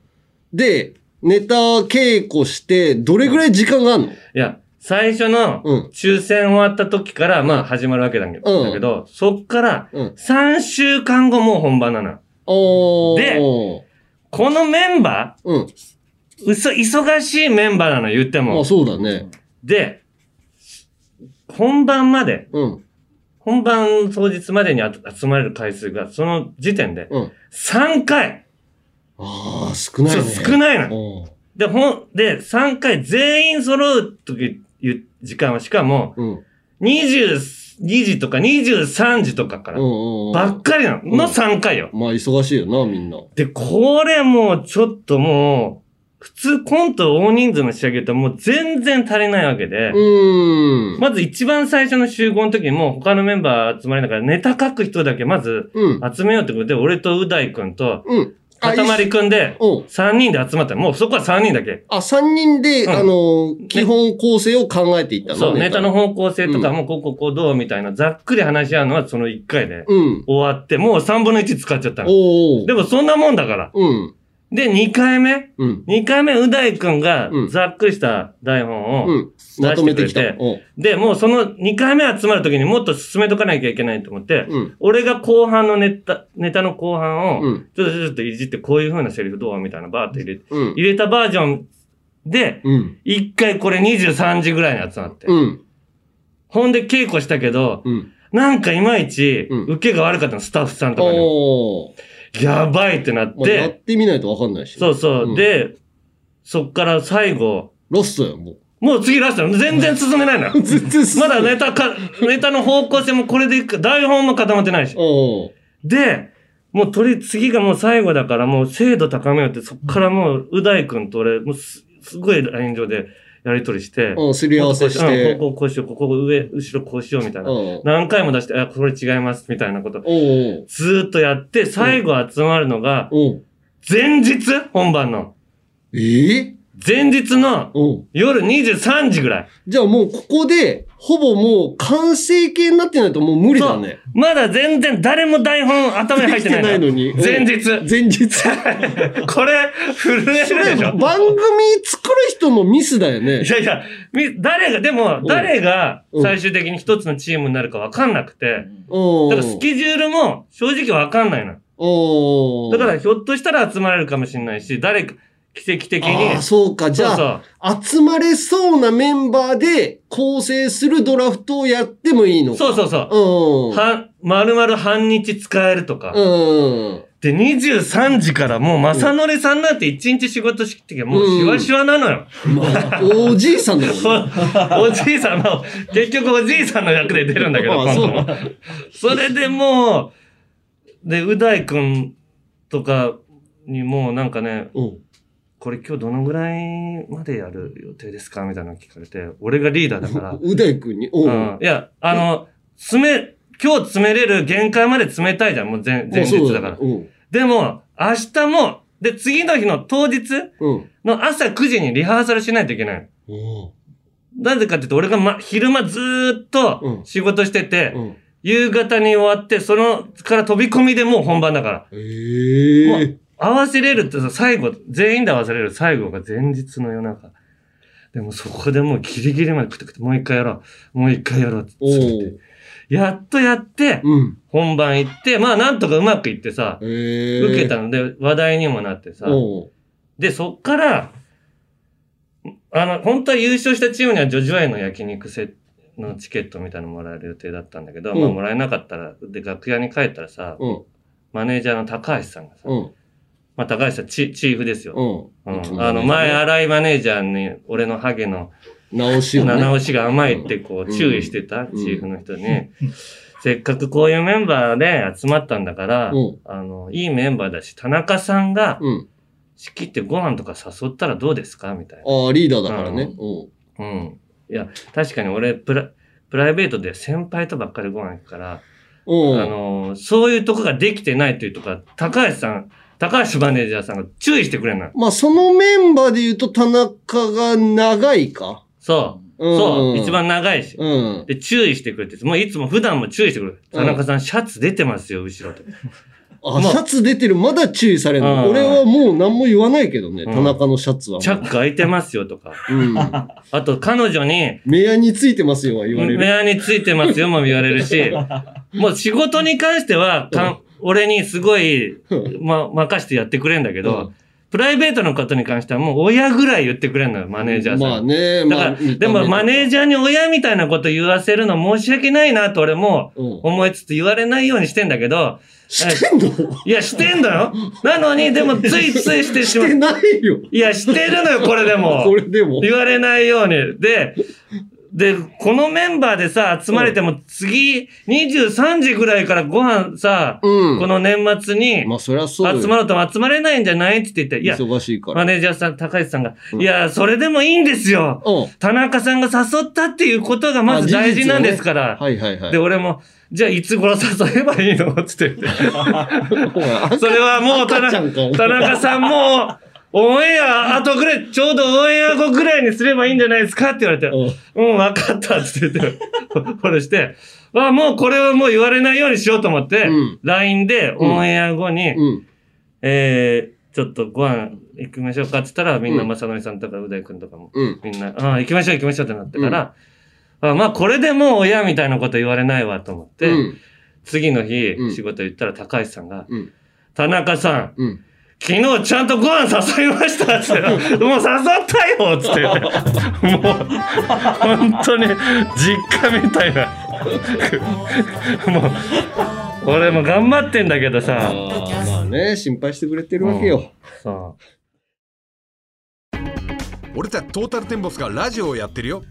S2: で、ネタ稽古して、どれぐらい時間があるの
S1: いや、最初の
S2: うん、
S1: 抽選終わった時から、まあ、始まるわけだけど、
S2: うん
S1: だけど、そっから、
S2: うん。
S1: 3週間後もう本番なのよ。
S2: おー。
S1: でこのメンバ
S2: うん。
S1: ー、うそ、忙しいメンバーなの、言って
S2: ま
S1: も
S2: あ、。そうだね。
S1: で、本番まで、
S2: うん。
S1: 本番当日までにあ集まれる回数が、その時点で、
S2: うん。
S1: 3回
S2: ああ、少ないね。
S1: そう少ないの。
S2: おー
S1: で、ほん、で、3回全員揃う時、いう時間は、しかも、
S2: うん。うん
S1: 22時とか23時とかか
S2: う
S1: ら、
S2: んうん。
S1: ばっかりなの。
S2: うん
S1: の3回よ。
S2: まあ、忙しいよな、みんな。
S1: で、これもう、ちょっともう、普通コント大人数の仕上げともう全然足りないわけで
S2: う、ーん。
S1: まず一番最初の集合の時にもう他のメンバー集まりながらネタ書く人だけまず
S2: うん。
S1: 集めようってことで、俺とう大くんと、
S2: うん。あ
S1: かたまりくんで、
S2: うん。
S1: 3人で集まったの。もうそこは3人だけ。
S2: あ、3人で、
S1: うん
S2: あの、基本構成を考えていったの
S1: そう、ネタの。方向性とか
S2: うん
S1: もうこうこうこうどうみたいな、ざっくり話し合うのはその1回で
S2: うん。
S1: 終わって、もう3分の1使っちゃったの。
S2: おお。
S1: でもそんなもんだから。
S2: うん。
S1: で、2回目
S2: うん。
S1: ?2 回目、う大くんが
S2: うん
S1: ざっくりした台本を、
S2: うん。まとめてきた。
S1: 出して
S2: おう
S1: で、もうその2回目集まる時にもっと進めとかなきゃいけないと思って、
S2: うん。
S1: 俺が後半のネタ、ネタの後半を、
S2: うん。
S1: ちょっとちょっといじって、こういう風なセリフどうみたいなバーって入れて、
S2: うん。
S1: 入れたバージョンで、
S2: うん。
S1: 一回これ23時ぐらいに集まって。
S2: うん。
S1: ほんで稽古したけど、
S2: うん。
S1: なんかいまいち、
S2: うん
S1: 受けが悪かったの、スタッフさんとかにも。
S2: おー。
S1: やばいってなっ、
S2: まあ、やっててみないとわかんないし。
S1: そうそう。
S2: うん
S1: で、そっから最後、
S2: ロストやん、も
S1: もう次ラストなの全然進めないのよ
S2: う。。 全然
S1: まだネタか、ネタの方向性もこれでいくか、台本も固まってないし。
S2: おー。
S1: で、もう取り、次がもう最後だからもう精度高めようって、そっからもう、う大くんと俺、もうす、すごいライン上でやりとりして、
S2: うん、すり合わせし
S1: うん
S2: て。
S1: こここうしよう、ここ上、後ろこうしようみたい
S2: うん。
S1: な。
S2: お
S1: 何回も出して、あ、これ違います、みたいなこと。
S2: ー。
S1: ずーっとやって、最後集まるのが、
S2: おう
S1: 前日本番の。
S2: ええ
S1: 前日の
S2: おう
S1: 夜23時ぐらい。
S2: じゃあもうここで、ほぼもう完成形になってないともう無理だね。
S1: まだ全然誰も台本頭に入ってない
S2: できてないのに
S1: 前日。
S2: 前日。そ
S1: これ、震える
S2: れ、
S1: でしょ
S2: 番組作る人のミスだよね
S1: い。やいや、み誰が、でも、誰が最終的に一つのチームになるか分かんなくて、
S2: お
S1: だ
S2: う
S1: からスケジュールも正直分かんないの。
S2: おう
S1: だから、ひょっとしたら集まれるかもしれないし、誰か、奇跡的に
S2: ああ、。そうか。じゃ
S1: そ
S2: あ、
S1: う
S2: 集まれそうなメンバーで構成するドラフトをやってもいいのか。
S1: そうそうそう。
S2: う。うん。
S1: は、丸々半日使えるとか。
S2: うん。
S1: で、23時からもう、正則さんなんて一日仕事してきて、もうシワシワなのよ。
S2: まあ、おじいさんだもんね。
S1: おじいさんの、結局おじいさんの役で出るんだけど、
S2: あ
S1: 今度
S2: そう
S1: も。それでもう、で、う大くんとかにもうなんかね、
S2: うん。
S1: これ今日どのぐらいまでやる予定ですかみたいなの聞かれて、俺がリーダーだから、
S2: うだいくんに。う
S1: うん
S2: ん。
S1: いや、あの、詰め、今日詰めれる限界まで詰めたいじゃん、もう前前日だから。
S2: うん。
S1: でも、明日も、で、次の日の当日
S2: うん。
S1: の朝9時にリハーサルしないといけない。
S2: うん。
S1: なぜかっていうと、俺が、ま、昼間ずーっと仕事してて、
S2: うん。
S1: 夕方に終わって、そのから飛び込みでもう本番だから。も
S2: ええ
S1: う。合わせれるってさ、最後、全員で合わせれる最後が前日の夜中。でもそこでもうギリギリまでくてくて、もう一回やろう。もう一回やろうって
S2: お
S1: 詰めて
S2: う。
S1: やっとやって、
S2: うん。
S1: 本番行って、まあなんとかうまくいってさ、
S2: ええ。
S1: 受けたので話題にもなってさ、
S2: おう。
S1: で、そっから、あの、本当は優勝したチームにはジョジョエの焼肉セットのチケットみたいなのもらえる予定だったんだけど、
S2: うん
S1: まあもらえなかったら、で、楽屋に帰ったらさ、
S2: うん。
S1: マネージャーの高橋さんがさ、
S2: うん。
S1: まあ高橋さんチチーフですよ。
S2: う
S1: うん
S2: ん。
S1: あの、前、荒井マネージャーに、俺のハゲの
S2: 直しをね。
S1: 七押しが甘いってこ
S2: う
S1: う、
S2: ん
S1: 注意してた、
S2: うん
S1: チーフの人に、せっかくこういうメンバーで集まったんだから、
S2: うん
S1: あの、いいメンバーだし、田中さんが
S2: うん。
S1: 仕切ってご飯とか誘ったらどうですかみたいな。
S2: ああ、リーダーだからね。うん。
S1: うん。いや、確かに俺、プラ、プライベートで先輩とばっかりご飯行くから、
S2: うん。
S1: あのー、そういうとこができてないというとか、高橋さん、高橋マネージャーさんが注意してくれない。
S2: まあ、そのメンバーで言うと、田中が長いか。
S1: そう。
S2: うん
S1: そう。一番長いし。
S2: うん。
S1: で、注意してくれて、もういつも普段も注意してくれる。田中さん、シャツ出てますよ、後ろと。ま
S2: あ、
S1: あ
S2: シャツ出てる。まだ注意される
S1: う
S2: の。
S1: ん
S2: 俺はもう何も言わないけどね。
S1: うん
S2: 田中のシャツは。
S1: チャック開いてますよ、とか。
S2: うん。
S1: あと、彼女に、
S2: 目アについてますよは言われる。
S1: 目アについてます よ、も言われるし、もう仕事に関しては、かん俺にすごい、ま、任してやってくれんだけ
S2: う
S1: ど、プライベートのことに関してはもう親ぐらい言ってくれんのよ、マネージャーさん。
S2: まあね、
S1: だか
S2: まあ
S1: ら、でもマネー
S2: ジ
S1: ジャーに親みたいなこと言わせるの申し訳ないなと俺も
S2: ャー。うん。
S1: 思いつつ言われないようにしてんだけど、
S2: してんの
S1: いや、してんだ よ。なのに、でもついついしてし
S2: し
S1: まう
S2: て。ないよ。
S1: いや、してるのよ、これでも。
S2: これでも。
S1: 言われないように。で、で、このメンバーでさ、集まれても次、23時ぐらいからご飯さ、
S2: うん。
S1: この年末に
S2: まあ、そりゃそうよ。
S1: 集まると集まれないんじゃないって言って、いや、
S2: 忙しいか
S1: マ
S2: ら。
S1: ネージャーさん、高橋さんが、
S2: うん
S1: いや、それでもいいんですよ。
S2: うん。
S1: 田中さんが誘ったっていうことがま
S2: あ
S1: ず大事なんですから。
S2: はいはいはい。
S1: で、 俺も、じゃあいつ頃誘えばいいのって言って。
S2: ほら
S1: それはもう田
S2: 赤ちゃんかお前
S1: 中田中さんも、オンエア後ぐらい、ちょうどオンエア後ぐらいにすればいいんじゃないですかって言われて、うん、わかったって 言って、これして、あ、もうこれはもう言われないようにしようと思って、
S2: うん
S1: LINE でオンエア後に、
S2: うん。
S1: えー、ちょっとご飯行きましょうかって言ったら、みんな正則さんとかう大くんとかも、
S2: うん。
S1: みんな、あ行きましょう行きましょうってなってから、あまあこれでもう親みたいなこと言われないわと思って、
S2: うん。
S1: 次の日、
S2: うん
S1: 仕事行ったら高橋さんが、
S2: うん
S1: 田中さん、
S2: うん。
S1: 昨日ちゃんとご飯誘いましたっつって、もう誘ったよっつって、もう、本当に実家みたいな。もう、俺も頑張ってんだけど
S2: あ
S1: さ、
S2: ーまあね、心配してくれてるわけよ。
S1: そう
S6: 俺たちトータルテンボスがラジオをやってるよ、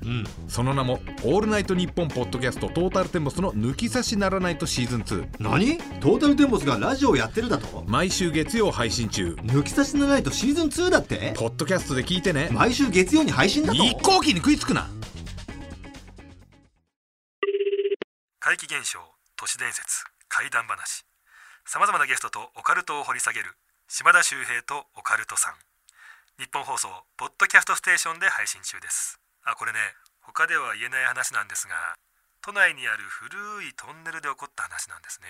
S6: その名も「オールナイトニッポン」ポッドキャスト「トータルテンボスの抜き差しならないとシーズン2
S8: 何トータルテンボスがラジオをやってるだと」
S6: 毎週月曜配信中
S8: 抜き差しならないとシーズン2だって
S6: ポッドキャストで聞いてね
S8: 毎週月曜に配信だと
S6: 一向機に食いつくな
S9: 怪奇現象都市伝説怪談話さまざまなゲストとオカルトを掘り下げる島田秀平とオカルトさん日本放送ポッドキャストステーションで配信中ですあこれね他では言えない話なんですが都内にある古いトンネルで起こった話なんですね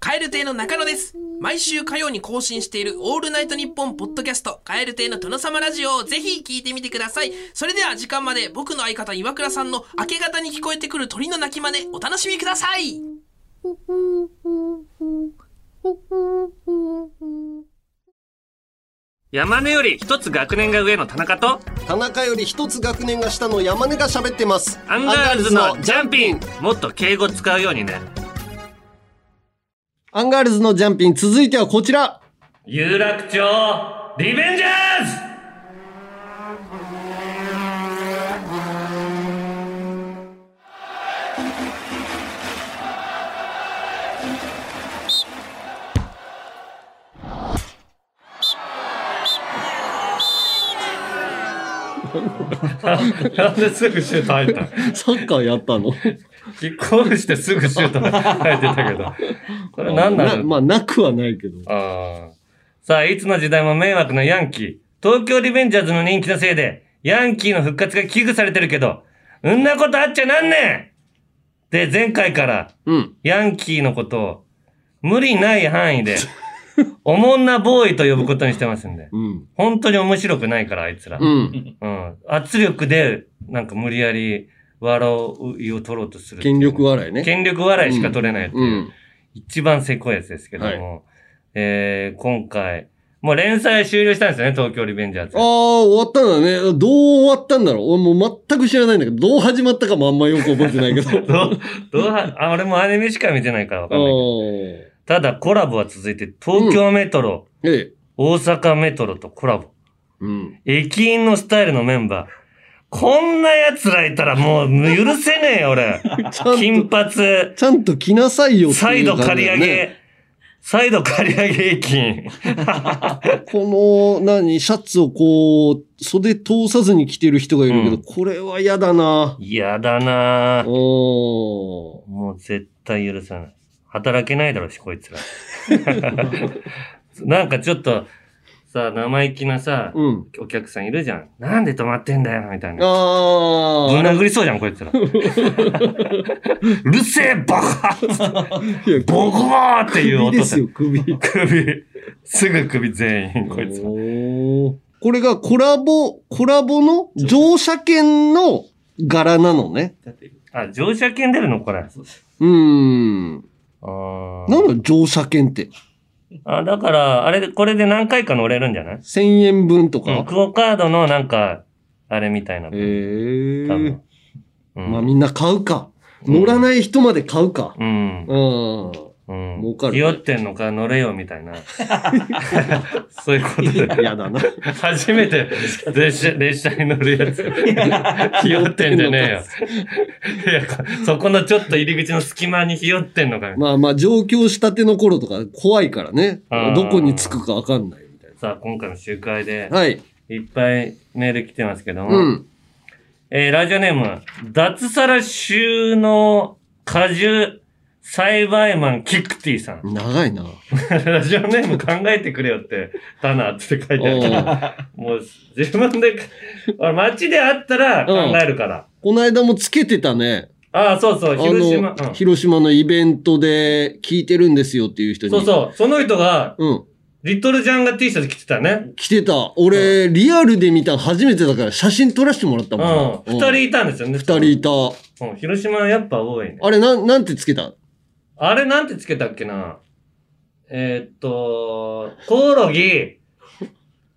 S10: カエル亭の中野です。毎週火曜に更新しているオールナイトニッポンポッドキャスト、カエル亭の殿様ラジオをぜひ聞いてみてください。それでは時間まで僕の相方岩倉さんの明け方に聞こえてくる鳥の鳴き真似お楽しみください。
S11: Ooh, ooh, ooh, ooh, ooh, ooh, ooh. 山根より一つ学年が上の田中と
S2: 田中より一つ学年が下の山根が喋ってます
S11: アンガールズのジャンピンもっと敬語使うようにね
S2: アンガールズのジャンピン続いてはこ ちら
S1: 有楽町リベンジャーズなんですぐシュート入った
S2: サッカーやったの
S1: キックオフしてすぐシュート入ってたけど。これ何なの
S2: まあなくはないけど
S1: あーさあ、いつの時代も迷惑なヤンキー。東京リベンジャーズの人気のせいで、ヤンキーの復活が危惧されてるけど、うんなことあっちゃなんねんで、前回から、ヤンキーのことを、無理ない範 囲で、おもんなボーイと呼ぶことにしてますんで。本当に面白くないから、あいつら。
S2: うん
S1: うん圧力で、なんか無理やり、笑いを取ろうとする。
S2: 権力笑いね
S1: 権力笑いしか取れないっていう。
S2: うん
S1: 一番せこいやつですけども、えー、今回、もう連載終了したんですよね、東京リベンジャーズ。
S2: ああ、終わったんだね。どう終わったんだろう俺もう全く知らないんだけど、どう始まったかもあんまよく覚えてないけど。
S1: どうは、あ、俺もアニメしか見てないからわかんないけど。ただコラボは続いて、東京メトロ、大阪メトロとコラボ。駅員のスタイルのメンバー。こんな奴らいたらもう許せねえよ、 俺。金髪。
S2: ちゃんと来なさいよって
S1: サ
S2: い
S1: イ
S2: う
S1: ド
S2: 感じだ
S1: 刈
S2: よね
S1: り上げ。サイド刈り上げ駅 員。
S2: この、何、シャツをこう、袖通さずに着てる人がいるけど、これは嫌だな。
S1: 嫌だなぁ
S2: も
S1: う絶対許さない。働けないだろうし、こいつら。 なんかちょっと、さ、生意気なさ、お客さんいるじゃん。なんで止まってんだよ、みたいな。
S2: あ
S1: ぶん殴りそうじゃん、こいつら。うるせえ、バカボコーっていう音
S2: 首ですよ
S1: 首。首。すぐ首全員、こいつら。
S2: これがコラボ、コラボの乗車券の柄なのね。
S1: あ、乗車券出るのこれ。
S2: うーん。なんだ乗車券って。
S1: あ、だから、あれ、これで何回か乗れるんじゃない
S2: 1000円分とか。
S1: うんクオカードのなんか、あれみたいな。
S2: え
S1: 多分。
S2: まあみんな買うか。乗らない人まで買うか。
S1: うん。
S2: うん。
S1: 儲かる。酔ってんのか乗れよみたいな。 そういうことで。
S2: やだな。
S1: 初めて列車、列車に乗るやつ。ひよってんじゃねえよ。いや、そこのちょっと入り口の隙間にひよってんのかみたいな
S2: まあまあ上京したての頃とか怖いからね
S1: あー。
S2: どこに着くかわかんない。
S1: さあ、今回の集会で、
S2: はい。
S1: いっぱいメール来てますけども、
S2: うん
S1: えーラジオネーム、脱サラ収納果樹栽培マンキクティさん。
S2: 長いな。
S1: ラジオネーム考えてくれよって、タナって書いてあるけど、もう自分で、俺街で会ったら考えるから。
S2: この間もつけてたね。
S1: ああ、そうそう、
S2: あの
S1: 広島。うん
S2: 広島のイベントで聞いてるんですよっていう人に。
S1: そうそう、その人が、
S2: うん。
S1: リトルジャンが T シャツ着てたね。
S2: 来てた。俺、リアルで見たの初めてだから写真撮らせてもらった
S1: う
S2: もん。
S1: ん。二人いたんですよね。
S2: 二人いた。
S1: うん広島やっぱ多いね。
S2: あれ、なん、なんてつけた
S1: あれなんてつけたっけなえーっと、コオロギ、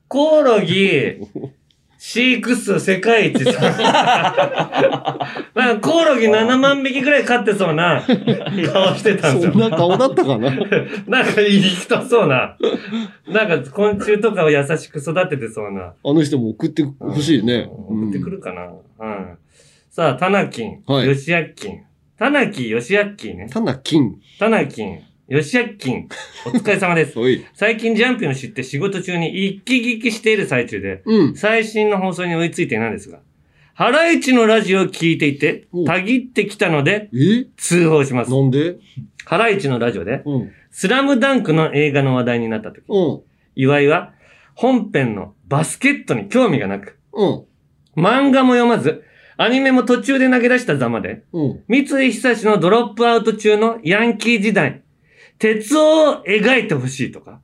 S1: コオロギ、飼育数世界一さ。なんかコオロギ7万匹ぐらい飼ってそうな顔してたんですよ。
S2: そんな顔だったかな
S1: なんかいい人そうな。なんか昆虫とかを優しく育ててそうな。
S2: あの人も送ってほしいね。
S1: 送ってくるかな。うん。さあ、タナキン、
S2: はい
S1: ヨシヤッキン。タナキ、ヨシヤッキンね。
S2: タナキン。
S1: タナキン、ヨシヤッキン、お疲れ様です。最近ジャンピンを知って仕事中に一気聞きしている最中で、最新の放送に追いついていないんですが、ハライチのラジオを聞いていて、たぎってきたので、通報します。なん
S2: で
S1: ハライチのラジオで、スラムダンクの映画の話題になった時、岩井は、本編のバスケットに興味がなく、漫画も読まず、アニメも途中で投げ出したざまで、
S2: うん。
S1: 三井久志のドロップアウト中のヤンキー時代、鉄を描いてほしいとか、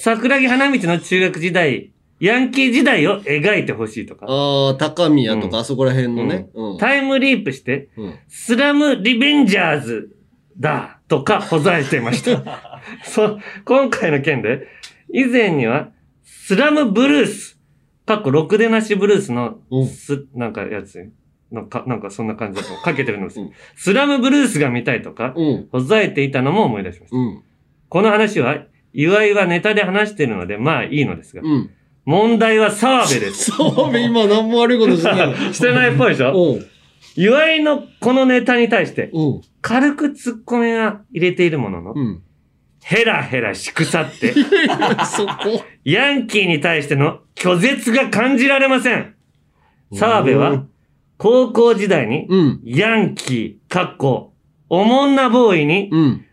S1: 桜木花道の中学時代、ヤンキー時代を描いてほしいとか、
S2: ああ、高宮とかあそこら辺のね。うん。
S1: タイムリープして、スラムリベンジャーズだ とか、ほざいていました。そう、今回の件で、以前には、スラムブルース、かっころくでなしブルースの、す、なんかやつ、のか、なんかそんな 感じだと、かけてるのです、スラムブルースが見たいとか、ほざえていたのも思い出しました。この話は、岩井はネタで話しているので、まあいいのですが、問題は澤部です。
S2: 澤部今何も悪いことしてない
S1: してないっぽいでしょ岩井のこのネタに対して、 軽く突っ込みは入れているものの、ヘラヘラしくさって、ヤンキーに対しての拒絶が感じられません。澤部は、高校時代に、ヤンキー、かっこ、おもんなボーイに、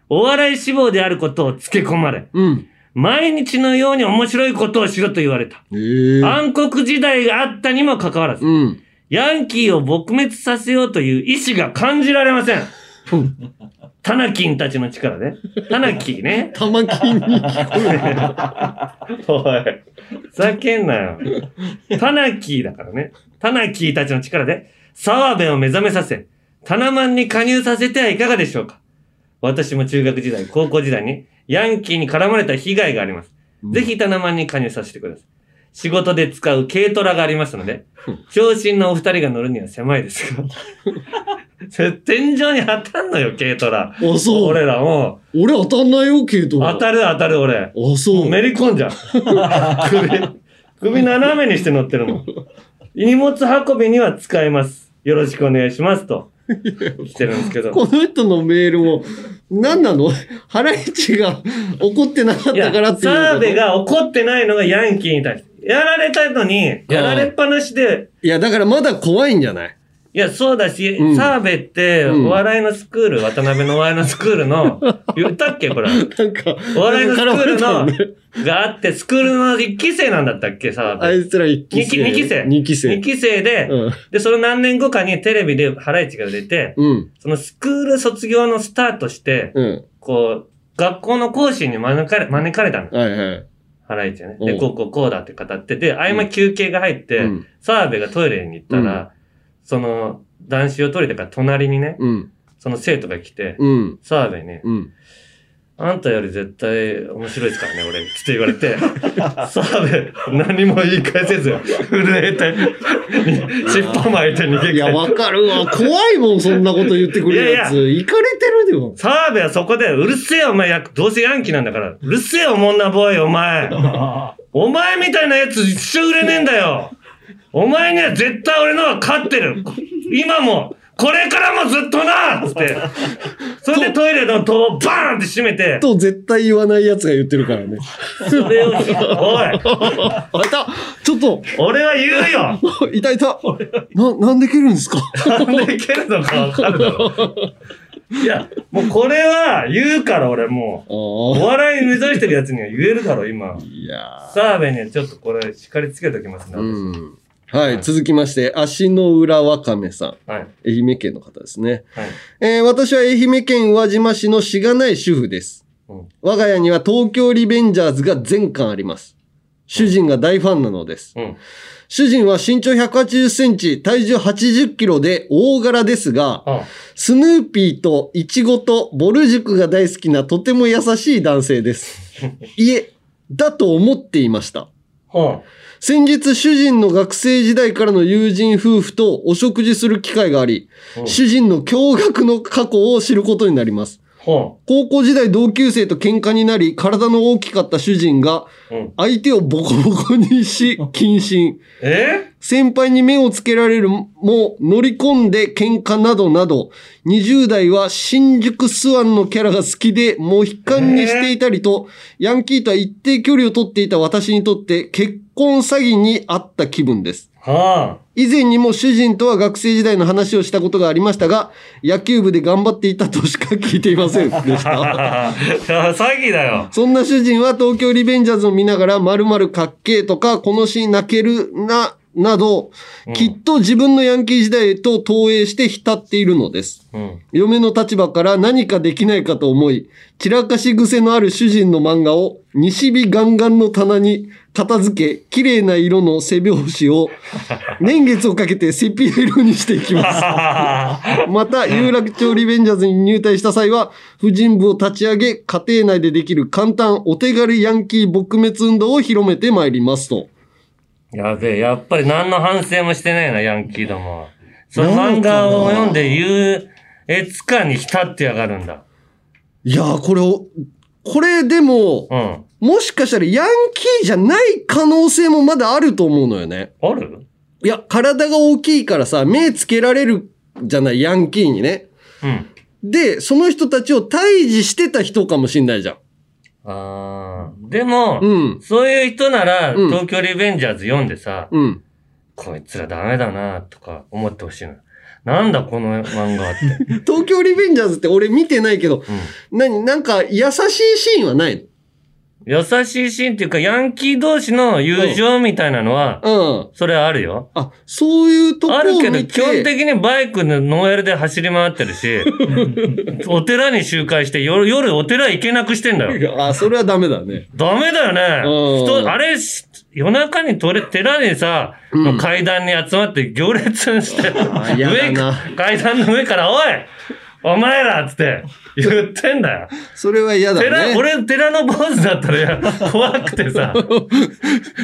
S1: お笑い志望であることを付け込まれ、毎日のように面白いことをしろと言われた。暗黒時代があったにもかかわらず、ヤンキーを撲滅させようという意志が感じられません。タナキンたちの力で。タナキーね。
S2: タマキン に聞こ
S1: える。おい、ふざけんなよ。タナキーだからね。タナキーたちの力で、澤部を目覚めさせ、タナマンに加入させてはいかがでしょうか。私も中学時代、高校時代に、ヤンキーに絡まれた被害があります。ぜひタナマンに加入させてください。仕事で使う軽トラがありますので、長身のお二人が乗るには狭いですが。 それ天井に当たんのよ、軽トラ。
S2: あ、そう。
S1: 俺らも。
S2: 俺当たんないよ、系統。
S1: 当たる当たる俺。
S2: あ、そう。
S1: めり込んじゃう。首、首斜めにして乗ってるもん。荷物運びには使います。よろしくお願いしますと。来てるんです けど。
S2: この人のメールも、何なの 原市が怒ってなかったからっていうこと。
S1: 澤部が怒ってないのがヤンキーに対して。やられたのに、やられっぱなしで、
S2: いや、だからまだ怖いんじゃない
S1: いや、そうだし
S2: う、ん
S1: 澤部って、お笑いのスクール、渡辺のお笑いのスクール の、言ったっけこれ。なん
S2: か、
S1: お笑いのスクール
S2: 絡まれ
S1: の、があって、スクールの1期生なんだったっけ澤部。
S2: あいつら一期
S1: 2期
S2: 生。
S1: 二期生。
S2: 二期生。
S1: 二期生で、で、その何年後かにテレビでハライチが出て、
S2: うん。
S1: そのスクール卒業のスターとして、
S2: うん。
S1: こう、学校の講師に招かれ、招かれたの。
S2: はいはい。
S1: ハライチはね。
S2: う
S1: で、
S2: ん
S1: こうこうこうだって語って、で、合間休憩が入って、澤部がトイレに行ったら、その、男子用トイレだから隣にね、
S2: うん。
S1: その生徒が来て、
S2: うん。
S1: 澤部にね、
S2: うん。
S1: あんたより絶対面白いですからね、俺。つって言われて、 澤部、何も言い返せず、震え て、尻尾巻いて逃げ帰る
S2: いや、わかる わ。怖いもん、そんなこと言ってくるやつ。
S1: いやい
S2: 行かれてるよ。
S1: 澤部はそこで、うるせえお前、やどうせヤンキーなんだから、うるせえおもんなボーイ、お前。お前みたいなやつ一生売れねえんだよ。お前には絶対俺のは勝ってる。今も、これからもずっとなつって。それでトイレの戸をバーンって閉めて、
S2: と絶対言わないやつが言ってるから ね。
S1: それを、おい。
S2: いたちょっと。
S1: 俺は言うよ。
S2: いた いた。な、なんで蹴るんですか
S1: なんで蹴るのかわかるだろ。いや、もうこれは言うから俺もう、お笑いに目指してるやつには言えるだろ、今。
S2: いや
S1: 澤部にはちょっとこれ、叱りつけときますね。
S2: うん。はい、続きまして、足の裏わかめさん。
S1: はい
S2: 愛媛県の方ですね。えー私は愛媛県宇和島市のしがない主婦です。我が家には東京リベンジャーズが全巻あります。主人が大ファンなのです。主人は身長180センチ、体重80キロで大柄ですが、スヌーピーとイチゴとボル塾が大好きなとても優しい男性です。いえ、だと思っていました。先日主人の学生時代からの友人夫婦とお食事する機会があり、主人の驚愕の過去を知ることになります。
S1: ほ
S2: 高校時代同級生と喧嘩になり、体の大きかった主人が、相手をボコボコにし、謹慎。
S1: え
S2: 先輩に目をつけられるも、乗り込んで喧嘩などなど、20代は新宿スワンのキャラが好きで、もう悲観にしていたりと、ヤンキーとは一定距離を取っていた私にとって、結婚詐欺にあった気分です。以前にも主人とは学生時代の話をしたことがありましたが、野球部で頑張っていたとしか聞いていませんでした
S1: ああ、詐欺だよ。
S2: そんな主人は東京リベンジャーズを見ながら、まるまるかっけーとか、このシーン泣けるな、など、きっと自分のヤンキー時代と投影して浸っているのです。
S1: うん。
S2: 嫁の立場から何かできないかと思い、散らかし癖のある主人の漫画を西日ガンガンの棚に片付け、綺麗な色の背表紙を年月をかけてセピア色にしていきます。また、有楽町リベンジャーズに入隊した際は、婦人部を立ち上げ、家庭内でできる簡単お手軽ヤンキー撲滅運動を広めてまいりますと。
S1: やべえ、やっぱり何の反省もしてないな、ヤンキーどもは。その漫画を読んで優越感に浸ってやがるんだ。
S2: いやー、これを、これでも、もしかしたらヤンキーじゃない可能性もまだあると思うのよね。
S1: ある
S2: いや、体が大きいからさ、目つけられるじゃない、ヤンキーにね。
S1: うん。
S2: で、その人たちを退治してた人かもしんないじゃん。
S1: あーでも、そういう人なら、東京リベンジャーズ読んでさ、
S2: うん
S1: こいつらダメだなとか思ってほしいの。なんだこの漫画はって。
S2: 東京リベンジャーズって俺見てないけど、何、なんか優しいシーンはないの
S1: 優しいシーンっていうか、ヤンキー同士の友情みたいなのは、それはあるよ。
S2: あ、そういうとこ
S1: あるけど、
S2: 見て
S1: 基本的にバイクのノーエルで走り回ってるし、お寺に集会して夜、夜お寺行けなくしてんだよ。
S2: あ、それはダメだね。
S1: ダメだよね。
S2: うん
S1: 人あれ、し夜中にとれ寺にさ、の階段に集まって行列して、
S2: やだ
S1: 上か階段の上から、おいお前らっつって言ってんだよ。
S2: それは嫌だね
S1: 寺、俺、寺の坊主だったらや怖くてさ。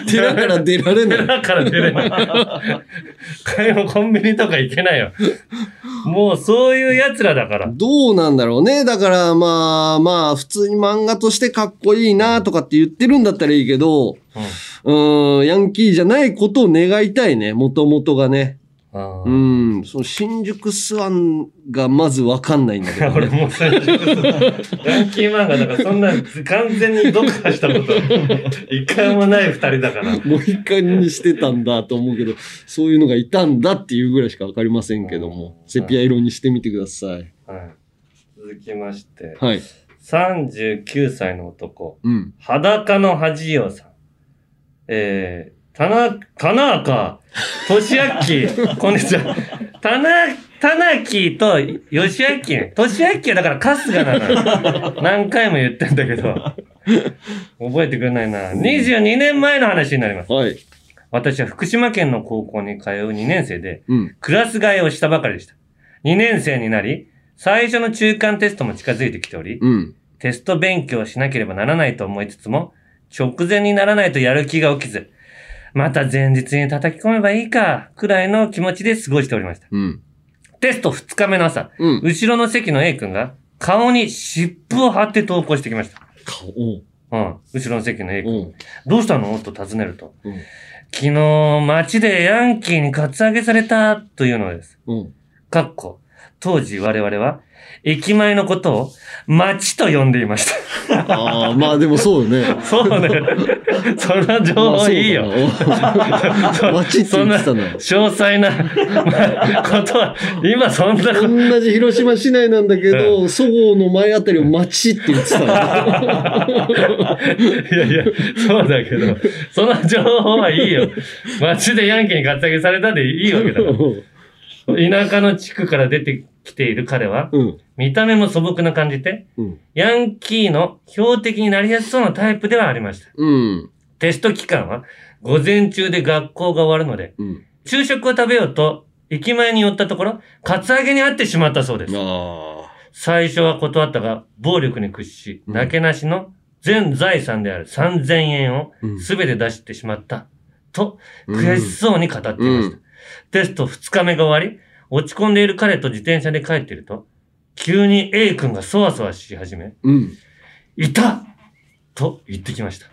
S2: 寺から出られない。
S1: 寺 から出れない。買い物コンビニとか行けないよ。もうそういう奴らだから。
S2: どうなんだろうね。だからまあまあ、普通に漫画としてかっこいいなとかって言ってるんだったらいいけど、うーん、ヤンキーじゃないことを願いたいね、もともとがね。うん、その新宿スワンがまずわかんないんだけど、ね。
S1: 俺もう最初ヤンキー漫画だからそんな完全に読破したこと一回もない二人だから。
S2: もう一回にしてたんだと思うけど、そういうのがいたんだっていうぐらいしかわかりませんけども、セピア色にしてみてください。
S1: はい、続きまして、
S2: はい。
S1: 39歳の男、
S2: うん。
S1: 裸の恥をさん。えー、田中、田中、俊明、こんにちは。田中、田中と吉明ね。俊明はだから春日なのよ。何回も言ってんだけど。覚えてくれないな。22年前の話になります。
S2: はい。
S1: 私は福島県の高校に通う2年生で、
S2: うん。
S1: クラス替えをしたばかりでした。2年生になり、最初の中間テストも近づいてきており、
S2: うん。
S1: テスト勉強をしなければならないと思いつつも、直前にならないとやる気が起きず、また前日に叩き込めばいいか、くらいの気持ちで過ごしておりました。
S2: うん。
S1: テスト2日目の朝、後ろの席の A 君が顔に湿布を貼って投稿してきました。
S2: 顔うん。
S1: 後ろの席の A 君。どうしたのと尋ねると、
S2: うん
S1: 昨日街でヤンキーにカツアゲされたというのです。かっこ、当時我々は駅前のことを街と呼んでいました。
S2: ああ、まあでもそうよね。
S1: そう ね。その情報いいよ。
S2: 街って
S1: そんな
S2: 言ってたの
S1: 詳細なことは、今そんな。
S2: 同じ広島市内なんだけど、そごうの前あたりを街って言っ てたの。
S1: いやいや、そうだけど、その情報はいいよ。街でヤンキーにガッツアゲされたでいいわけ だから。田舎の地区から出てきている彼は、見た目も素朴な感じで、
S2: うん
S1: ヤンキーの標的になりやすそうなタイプではありました。
S2: うん。
S1: テスト期間は午前中で学校が終わるので、
S2: ん
S1: 昼食を食べようと駅前に寄ったところ、カツアゲに遭ってしまったそうです。最初は断ったが、暴力に屈し、なけなしの全財産である3000円を全て出してしまった、と悔しそうに語っていました。テスト2日目が終わり、落ち込んでいる彼と自転車で帰っていると、急に A 君がそわそわし始め、
S2: うん。
S1: いたと言ってきました。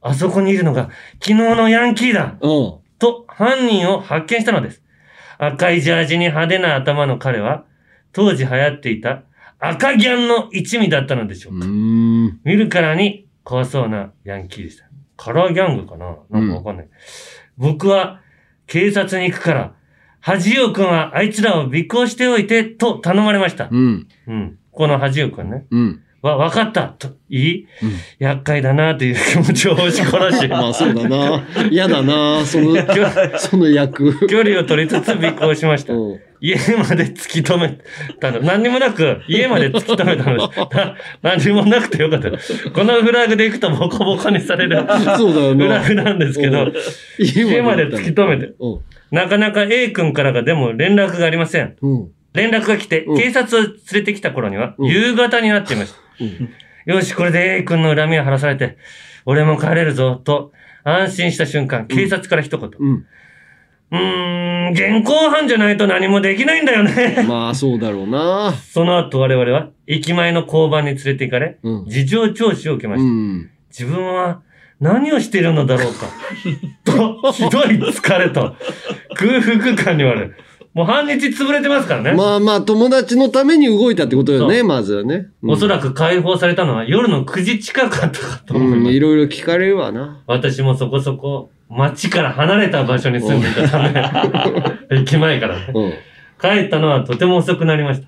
S1: あそこにいるのが昨日のヤンキーだと犯人を発見したのです。赤いジャージに派手な頭の彼は、当時流行っていた赤ギャンの一味だったのでしょうか。見るからに怖そうなヤンキーでした。カラーギャングかななんかわかんない。僕は警察に行くから、恥をくんはあいつらを尾行しておいてと頼まれました。
S2: うん。
S1: うん。この恥をくんね。
S2: うん。
S1: わ、わかったと、いい、厄介だなという気持ちを押し殺し。
S2: まあそうだな。嫌だな、その、その役。
S1: 距離を取りつつ尾行しました。家まで突き止めたの。何にもなく、家まで突き止めたのです。 な何にもなくてよかったです。このフラグで行くとボコボコにされる
S2: そうだよな
S1: フラグなんですけ
S2: う
S1: ど
S2: ん、
S1: 家まで突き止めて。なかなか A 君からがでも連絡がありません。連絡が来て、警察を連れてきた頃には、夕方になっていました。よし、これで A 君の恨みを晴らされて、俺も帰れるぞ、と、安心した瞬間、警察から一言。
S2: うん。
S1: ーん、現行犯じゃないと何もできないんだよね。
S2: まあ、そうだろうな。
S1: その後、我々は、駅前の交番に連れて行かれ、事情聴取を受けました。自分は、何をしているのだろうか。 と、ひどい疲れと、空腹感に割る。もう半日潰れてますからね。
S2: まあまあ、友達のために動いたってことよね、まずはね。
S1: おそらく解放されたのは夜の9時近かったかと思います。
S2: うん、いろいろ聞かれるわな。
S1: 私もそこそこ町から離れた場所に住んでいたた め、駅前からね。帰ったのはとても遅くなりました。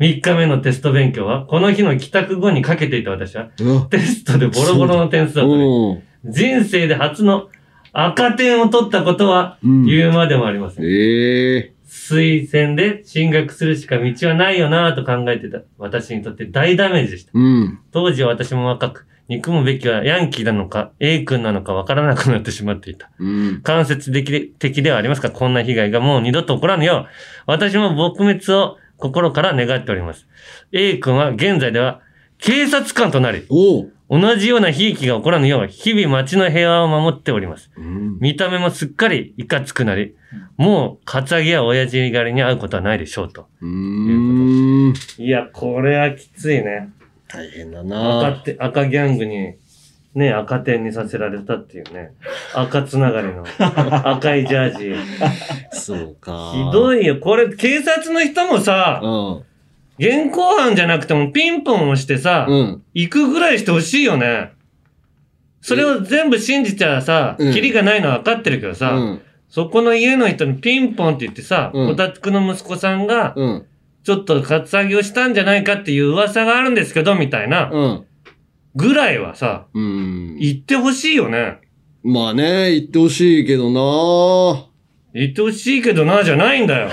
S1: 3日目のテスト勉強は、この日の帰宅後にかけていた私は、テストでボロボロの点数を取り、人生で初の赤点を取ったことは言うまでもありません。推薦で進学するしか道はないよなぁと考えてた私にとって大ダメージでした。
S2: うん。
S1: 当時は私も若く、憎むべきはヤンキーなのか、A 君なのか分からなくなってしまっていた。
S2: うん。
S1: 間接的で的ではありますが、こんな被害がもう二度と起こらぬよう、私も撲滅を心から願っております。A 君は現在では警察官となり、同じような悲劇が起こらぬよう、日々町の平和を守っております。見た目もすっかりいかつくなり、もう、カツアゲや親父狩りに会うことはないでしょうと。
S2: うん。
S1: いや、これはきついね。
S2: 大変だな
S1: 赤て赤ギャングに、ね、赤点にさせられたっていうね。赤つながり の赤いジャージ。
S2: そうか。
S1: ひどいよ。これ、警察の人もさ、現行犯じゃなくてもピンポン押してさ、行くぐらいしてほしいよね。それを全部信じちゃさ、
S2: うん
S1: キリがないのは分かってるけどさ、
S2: うん
S1: そこの家の人にピンポンって言ってさ、
S2: うん
S1: おたつくの息子さんが、
S2: うん。
S1: ちょっとカツアゲをしたんじゃないかっていう噂があるんですけど、みたいな、ぐらいはさ、
S2: うん。
S1: 言ってほしいよね。
S2: まあね、言ってほしいけどな
S1: 言ってほしいけどな、じゃないん だよ。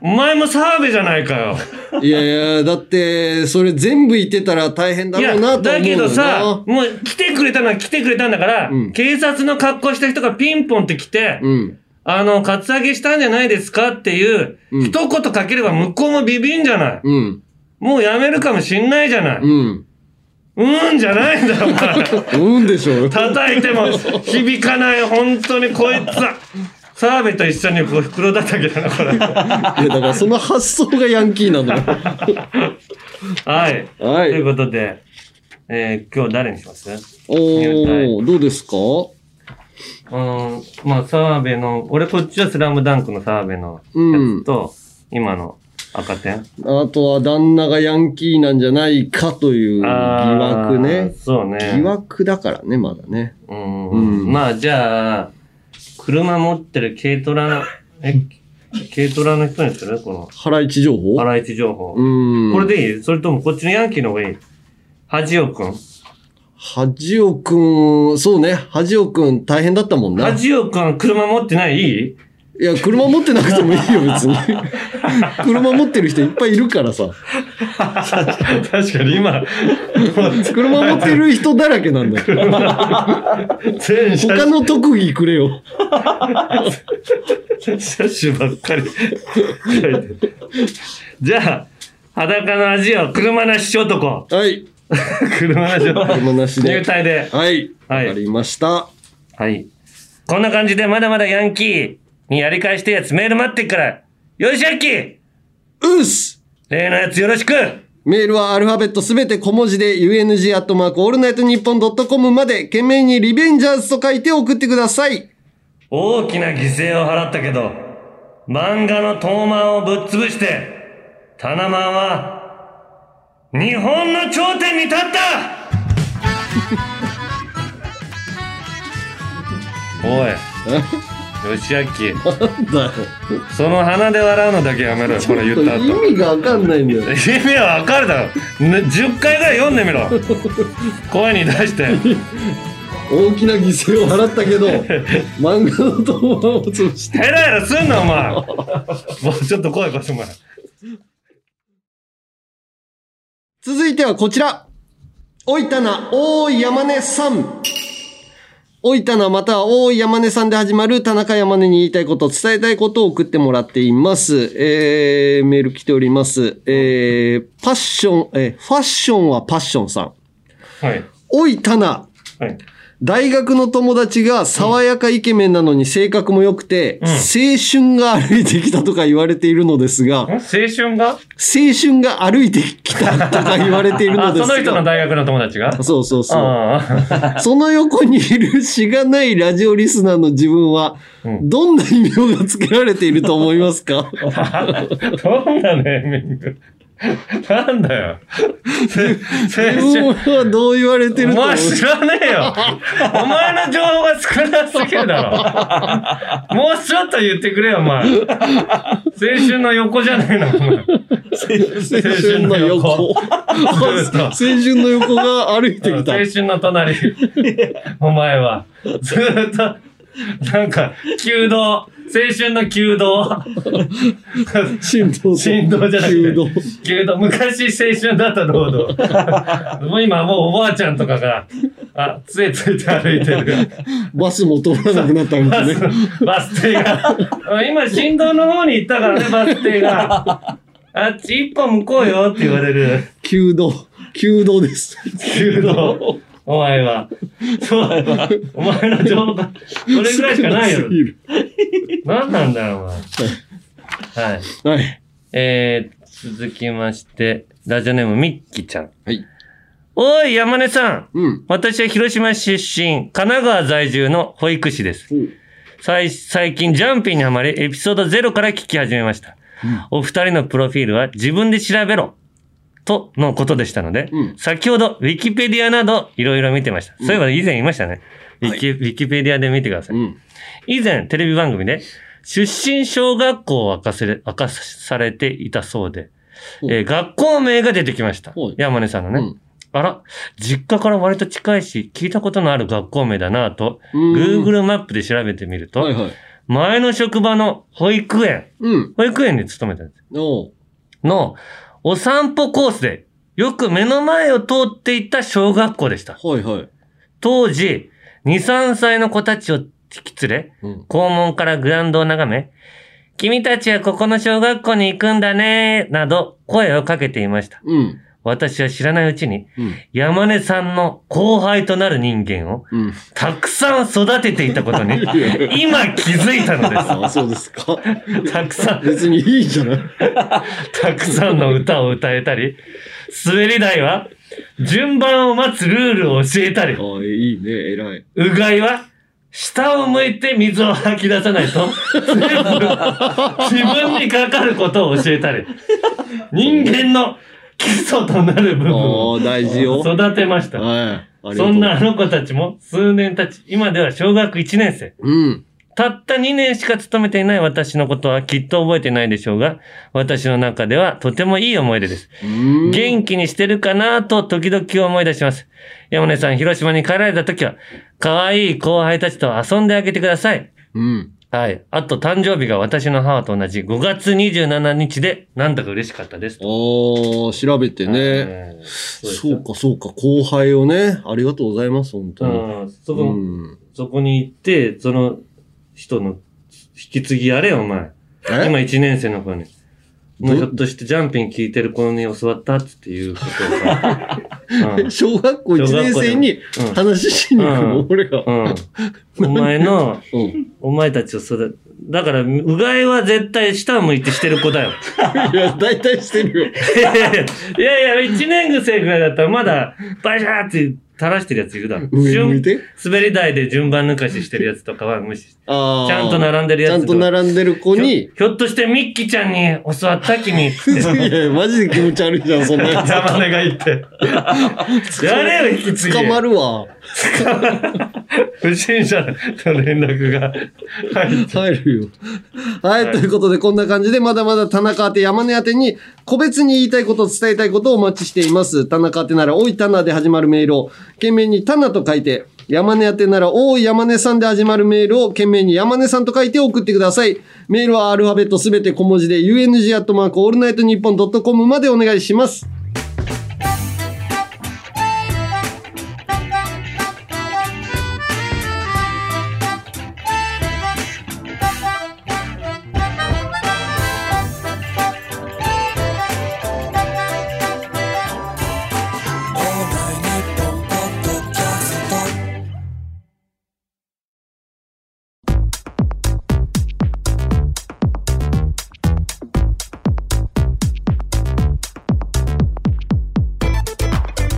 S1: お前も澤部じゃないかよ。
S2: いやいや、だって、それ全部言ってたら大変だ
S1: いや
S2: ろうなとは思
S1: だ
S2: う
S1: けどさ
S2: よ、
S1: もう来てくれたのは来てくれたんだから、警察の格好した人がピンポンって来て、あの、カツアゲしたんじゃないですかっていう、一言かければ向こうもビビんじゃない。もうやめるかもしんないじゃない。
S2: うん。
S1: うんじゃないんだよ、お前。
S2: な。うんでし ょうよ。
S1: 叩いても響かない、本当にこいつは。澤部と一緒にこう袋叩きだな、これ。
S2: いや、だからその発想がヤンキーなのよ。
S1: はい。と いうことで、えー今日誰にします
S2: おー、どうですか
S1: うん、まあ、澤部の、俺こっちはスラムダンクの澤部の
S2: うん
S1: やつと、今の赤点。
S2: あとは旦那がヤンキーなんじゃないかという疑
S1: あー
S2: 惑ね。
S1: そうね
S2: 疑惑だからね、まだね。
S1: うん。まあ、じゃあ、車持ってる軽トラ、え、軽トラの人にするこの。
S2: 腹一情報
S1: 腹一情報。
S2: うん
S1: これでいいそれともこっちのヤンキーの方がいい恥をくん。
S2: 恥をくん、そうね、恥をくん大変だったもんな。
S1: 恥をくん、車持ってないい い
S2: いや、車持ってなくてもいいよ、別 に。車持ってる人いっぱいいるからさ。
S1: 確かに 今、
S2: 車持ってる人だらけなんだよ。他の特技くれよ。
S1: 車種ばっかり書いてるじゃあ、裸の味を車なし男。
S2: はい。
S1: 車なし男。
S2: 車なしで
S1: 入隊で。
S2: はい。
S1: はい。
S2: わかりました。
S1: はい。こんな感じでまだまだヤンキーにやり返してやつメール待ってっから。よし、ヤンキー
S2: うっす
S1: 例のやつよろしく
S2: メールはアルファベットすべて小文字で UNG アットマークオールナイトニッポンドットコムまで懸命にリベンジャーズと書いて送ってください。
S1: 大きな犠牲を払ったけど、漫画の東漫をぶっ潰して、タナマンは、日本の頂点に立った おい。よしあきその鼻で笑うのだけやめろよこれ言った後
S2: 意味がわかんないんだよ。
S1: 意味はわかるだろ、ね、10回ぐらい読んでみろ声に出して
S2: 大きな犠牲を払っ たけど、漫画の動画を潰して。
S1: ヘラヘラすんなお前もうちょっと声貸してお前
S2: 続いてはこちら。おいたな、おーい山根さん。おいたな、またはおーい山根さんで始まる田中山根に言いたいこと、伝えたいことを送ってもらっています。えー、メール来ております。えー、パッション、えー、ファッションはパッションさん。
S1: はい
S2: おいたな。大学の友達が爽やかイケメンなのに性格も良くて、青春が歩いてきたとか言われているのですが、青
S1: 春が青
S2: 春が歩いてきたとか言われているのです
S1: あその人の
S2: が、
S1: 大学の友達が
S2: そうそうそう
S1: あ
S2: その横にいるしがないラジオリスナーの自分は、どんな異名がつけられていると思いま すか
S1: どんなネーミングなんだよ。
S2: 自分はどう言われてる
S1: お
S2: と思う
S1: 前知らねえよ。お前の情報が少なすぎるだ ろ。もうちょっと言ってくれよ、お前。青春の横じゃないの、お前。
S2: 青春の横。
S1: ずっと
S2: 青春の横が歩いてきた。
S1: 青春の 隣。お前は。ずっと、なんか、弓道、青春の弓 道。
S2: 振動。
S1: 振動じゃなくて。弓道。昔青春だった道 道。もう今もうおばあちゃんとかが、あ、杖ついて歩いて る。
S2: バスも通らなくなったみたいね。
S1: バス停が。今、振動の方に行ったからね、バス停 が。あっち一本向こうよって言われる。
S2: 弓道。弓道です。
S1: 弓道。お前は。お前は。お前の情報が、それぐらいしかないよ
S2: 少す。ぎる
S1: 何なんだよ、お前。はい。
S2: はい。
S1: えー、続きまして、ラジオネームミッキーちゃん。
S2: はい。
S1: おい、山根さん。
S2: うん。
S1: 私は広島出身、神奈川在住の保育士です。最最近、ジャンピーにはまり、エピソード0から聞き始めました。お二人のプロフィールは自分で調べろ。とのことでしたので、先ほど、ウィキペディアなどいろいろ見てました。そういえば以前言いましたね。ウィキウィキペディアで見てください。以前、テレビ番組で、出身小学校を明かせれ明かされていたそうで、えー学校名が出てきました。山根さんのね。あら、実家から割と近いし、聞いたことのある学校名だなぁと、
S2: ん
S1: Google マップで調べてみると、
S2: はいはい
S1: 前の職場の保育園、
S2: うん
S1: 保育園に勤めてるんです。の、お散歩コースで、よく目の前を通っていた小学校でした。当時、2、3歳の子たちを引き連れ、校門からグラウンドを眺め、君たちはここの小学校に行くんだねー、など声をかけていました。
S2: うん。
S1: 私は知らないうちに、山根さんの後輩となる人間を、 たくさん育てていたことに、今気づいたのです。
S2: あ、そうですか。
S1: たくさん。
S2: 別にいいじゃない
S1: たくさんの歌を歌えたり、滑り台は、順番を待つルールを教えたり。
S2: いいね、偉い。
S1: うがいは、下を向いて水を吐き出さない と、全部自分にかかることを教えたり。人間の基礎となる部分を
S2: 大 事よ
S1: 育てました。
S2: がとう
S1: そんなあの子たちも数年経ち、今では小学1年生。
S2: うん。
S1: たった2年しか勤めていない私のことはきっと覚えてないでしょうが、私の中ではとてもいい思い出です。元気にしてるかなと時々思い出します。山根さん、広島に帰られた時は、可愛い後輩たちと遊んであげてください。
S2: うん。
S1: はい。あと、誕生日が私の母と同じ5月27日で、なんだか嬉しかったです。
S2: おー、調べてね。そうか、そうか、後輩をね。ありがとうございます、本当
S1: うん
S2: に。
S1: そこ
S2: うん
S1: そこに行って、その人の引き継ぎやれよ、お前。今1年生の子に。もうひょっとしてジャンピン聞いてる子に教わったっつっていうことを さうん
S2: 小学校1年生に話ししに行くの、俺が。
S1: うん。お前の、お前たちを育て、だから、うがいは絶対下を向いてしてる子だよ。
S2: いや、大体してるよ。
S1: いやいやいやいや、一年生ぐらいだったらまだ、バシャーって垂らしてるやついるだろ。
S2: 上向いて
S1: 順滑り台で順番抜かししてるやつとかは無視して。ち
S2: あー
S1: ゃんと並んでるやつ
S2: ちゃんと並んでる子に。
S1: ひょっとしてミッキーちゃんに教わった 君って。
S2: いやいや、マジで気持ち悪いじゃん、そんなやつ。
S1: 邪魔ねがいって。やれよ、引き継ぎ。
S2: 捕まるわ。
S1: 不審者と連絡が入
S2: るよ。はい、ということで、こんな感じで、まだまだ田中宛て、山根宛てに、個別に言いたいこと、伝えたいことをお待ちしています。田中宛てなら、おい田名で始まるメールを、懸命に田名と書いて、山根宛てなら、おい山根さんで始まるメールを、懸命に山根さんと書いて送ってください。メールはアルファベットすべて小文字で、u n g アットマークオールナイトニッポンドットコムまでお願いします。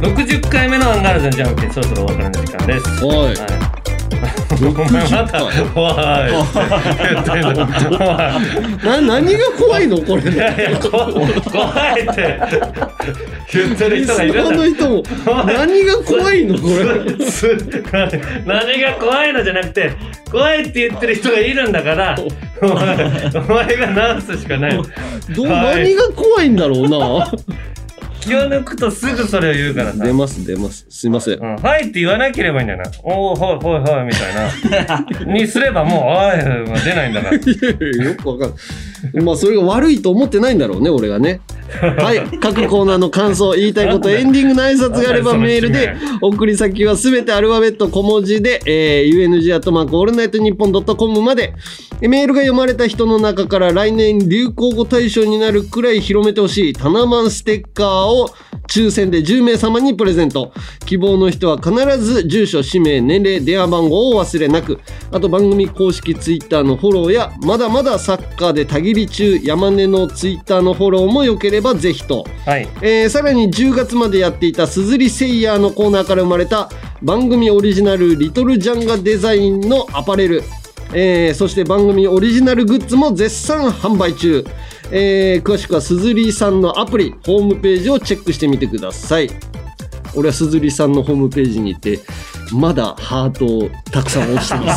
S1: 60回目のアンガールズのジャンピンそろそろお別れの時間です
S2: はい、
S1: お前また「おい」って言ってんのおい
S2: な、何が怖いのこれ。
S1: いやいやこ怖いって言ってる人がいるんだ
S2: リスナーの人も、何が怖いのこれ。
S1: す何が怖いのじゃなくて怖いって言ってる人がいるんだからお前お前が直すしかない
S2: どう、
S1: はい
S2: 何が怖いんだろうな。
S1: 気を抜くとすぐそれを言うからさ
S2: 出ます、出ます。すいません。
S1: 「はい」って言わなければいいんだよな「おおはいはいはい」みたいなにすればもう「おい」は出ないんだから
S2: い やよくわかんない。まあ、それが悪いと思ってないんだろうね、俺がね。はい。各コーナーの感想、言いたい こと、エンディングの挨拶があればメールで、送り先はすべてアルファベット小文字で、えー、UNG アットマークオールナイトニッポンドットコムまで、えメールが読まれた人の中から来年流行語大賞になるくらい広めてほしい、タナマンステッカーを抽選で10名様にプレゼント。希望の人は必ず住所、氏名、年齢、電話番号を忘れなく、あと番組公式ツイッターのフォローや、まだまだサッカーでたぎり中、山根のツイッターのフォローも良ければぜひと。
S1: はい
S2: えーさらに10月までやっていた「すずりセイヤー」のコーナーから生まれた番組オリジナル「リトルジャンガデザイン」のアパレル、えーそして番組オリジナルグッズも絶賛販売中、えー詳しくはすずりさんのアプリホームページをチェックしてみてください俺はすずりさんのホームページに行ってまだハートをたくさん押してま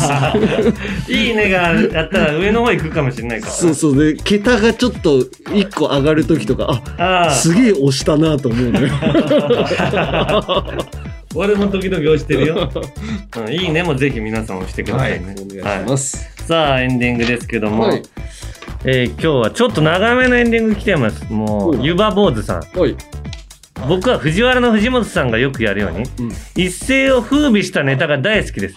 S2: す
S1: いいねがあったら上の方行くかもしれない から
S2: そうそうで桁がちょっと1個上がる時とかあ
S1: あー
S2: すげえ押したなと思うのよ
S1: 俺も時々押してる よ、うん、いいねもぜひ皆さん押してくださいね、
S2: はいお願いし
S1: ます、さあエンディングですけども、
S2: はい
S1: えー今日はちょっと長めのエンディング来てますもうゆば坊主さん僕は藤原の藤本さんがよくやるように、一世を風靡したネタが大好きです、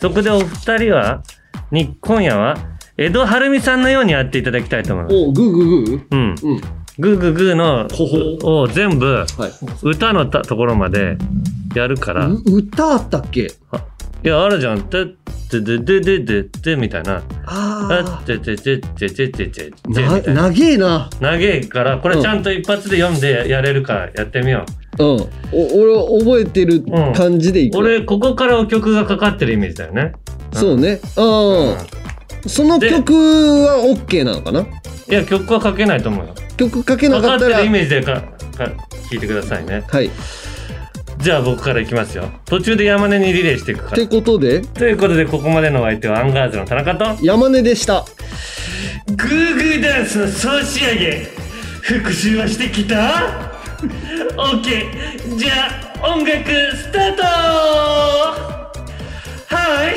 S1: そこでお二人はに今夜は江戸晴美さんのようにやっていただきたいと思います
S2: おグーグーグー
S1: うん
S2: うん
S1: グーグーグーのを全部歌のたところまでやるから、
S2: う歌あったっけ
S1: いやあるじゃん「てってででででで」みたいな「あっててててててて」みた
S2: ない
S1: な
S2: 長えな
S1: 長いからこれちゃんと一発で読んでやれるからやってみよ
S2: うんお俺覚えてる感じでいうく、
S1: 俺ここからお曲がかかってるイメージだよね
S2: そうねうんその曲は OK なのかない
S1: や曲はかけないと思うよ
S2: 曲かけな
S1: か
S2: か
S1: か
S2: っ
S1: ったて
S2: ら
S1: るイメージでかか聞いてくださいね
S2: はい
S1: じゃあ僕からいきますよ途中で山根にリレーしていくか
S2: っ
S1: ら
S2: てことで
S1: ということでここまでのお相手はアンガールズの田中と
S2: 山根でした
S1: グーグーダンスの総仕上げ復習はしてきた ?OK じゃあ音楽スタートはい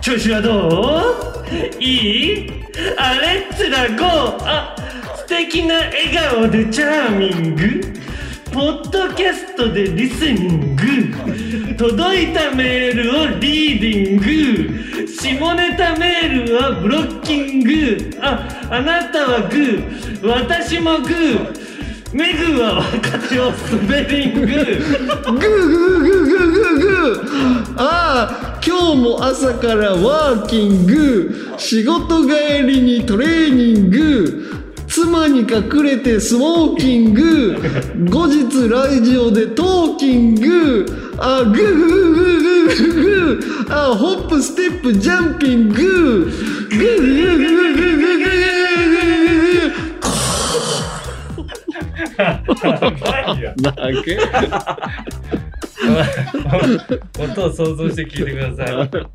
S1: 調子はどういいあれつらごあ素敵な笑顔でチャーミングポッドキャストでリスニング届いたメールをリーディング下ネタメールはブロッキングああなたはグー私もグーメグは若手をスベリング
S2: グーグーグーグーグーグーああ今日も朝からワーキング仕事帰りにトレーニング妻に隠れてスモーキング後日ラジオでトーキングあグーグーグーグーグーグーあホップステップジャンピンググーグーグーグーグーグーグーグーグーグーグー
S1: 長いよ
S2: だけ
S1: 音を想像して聞いてください。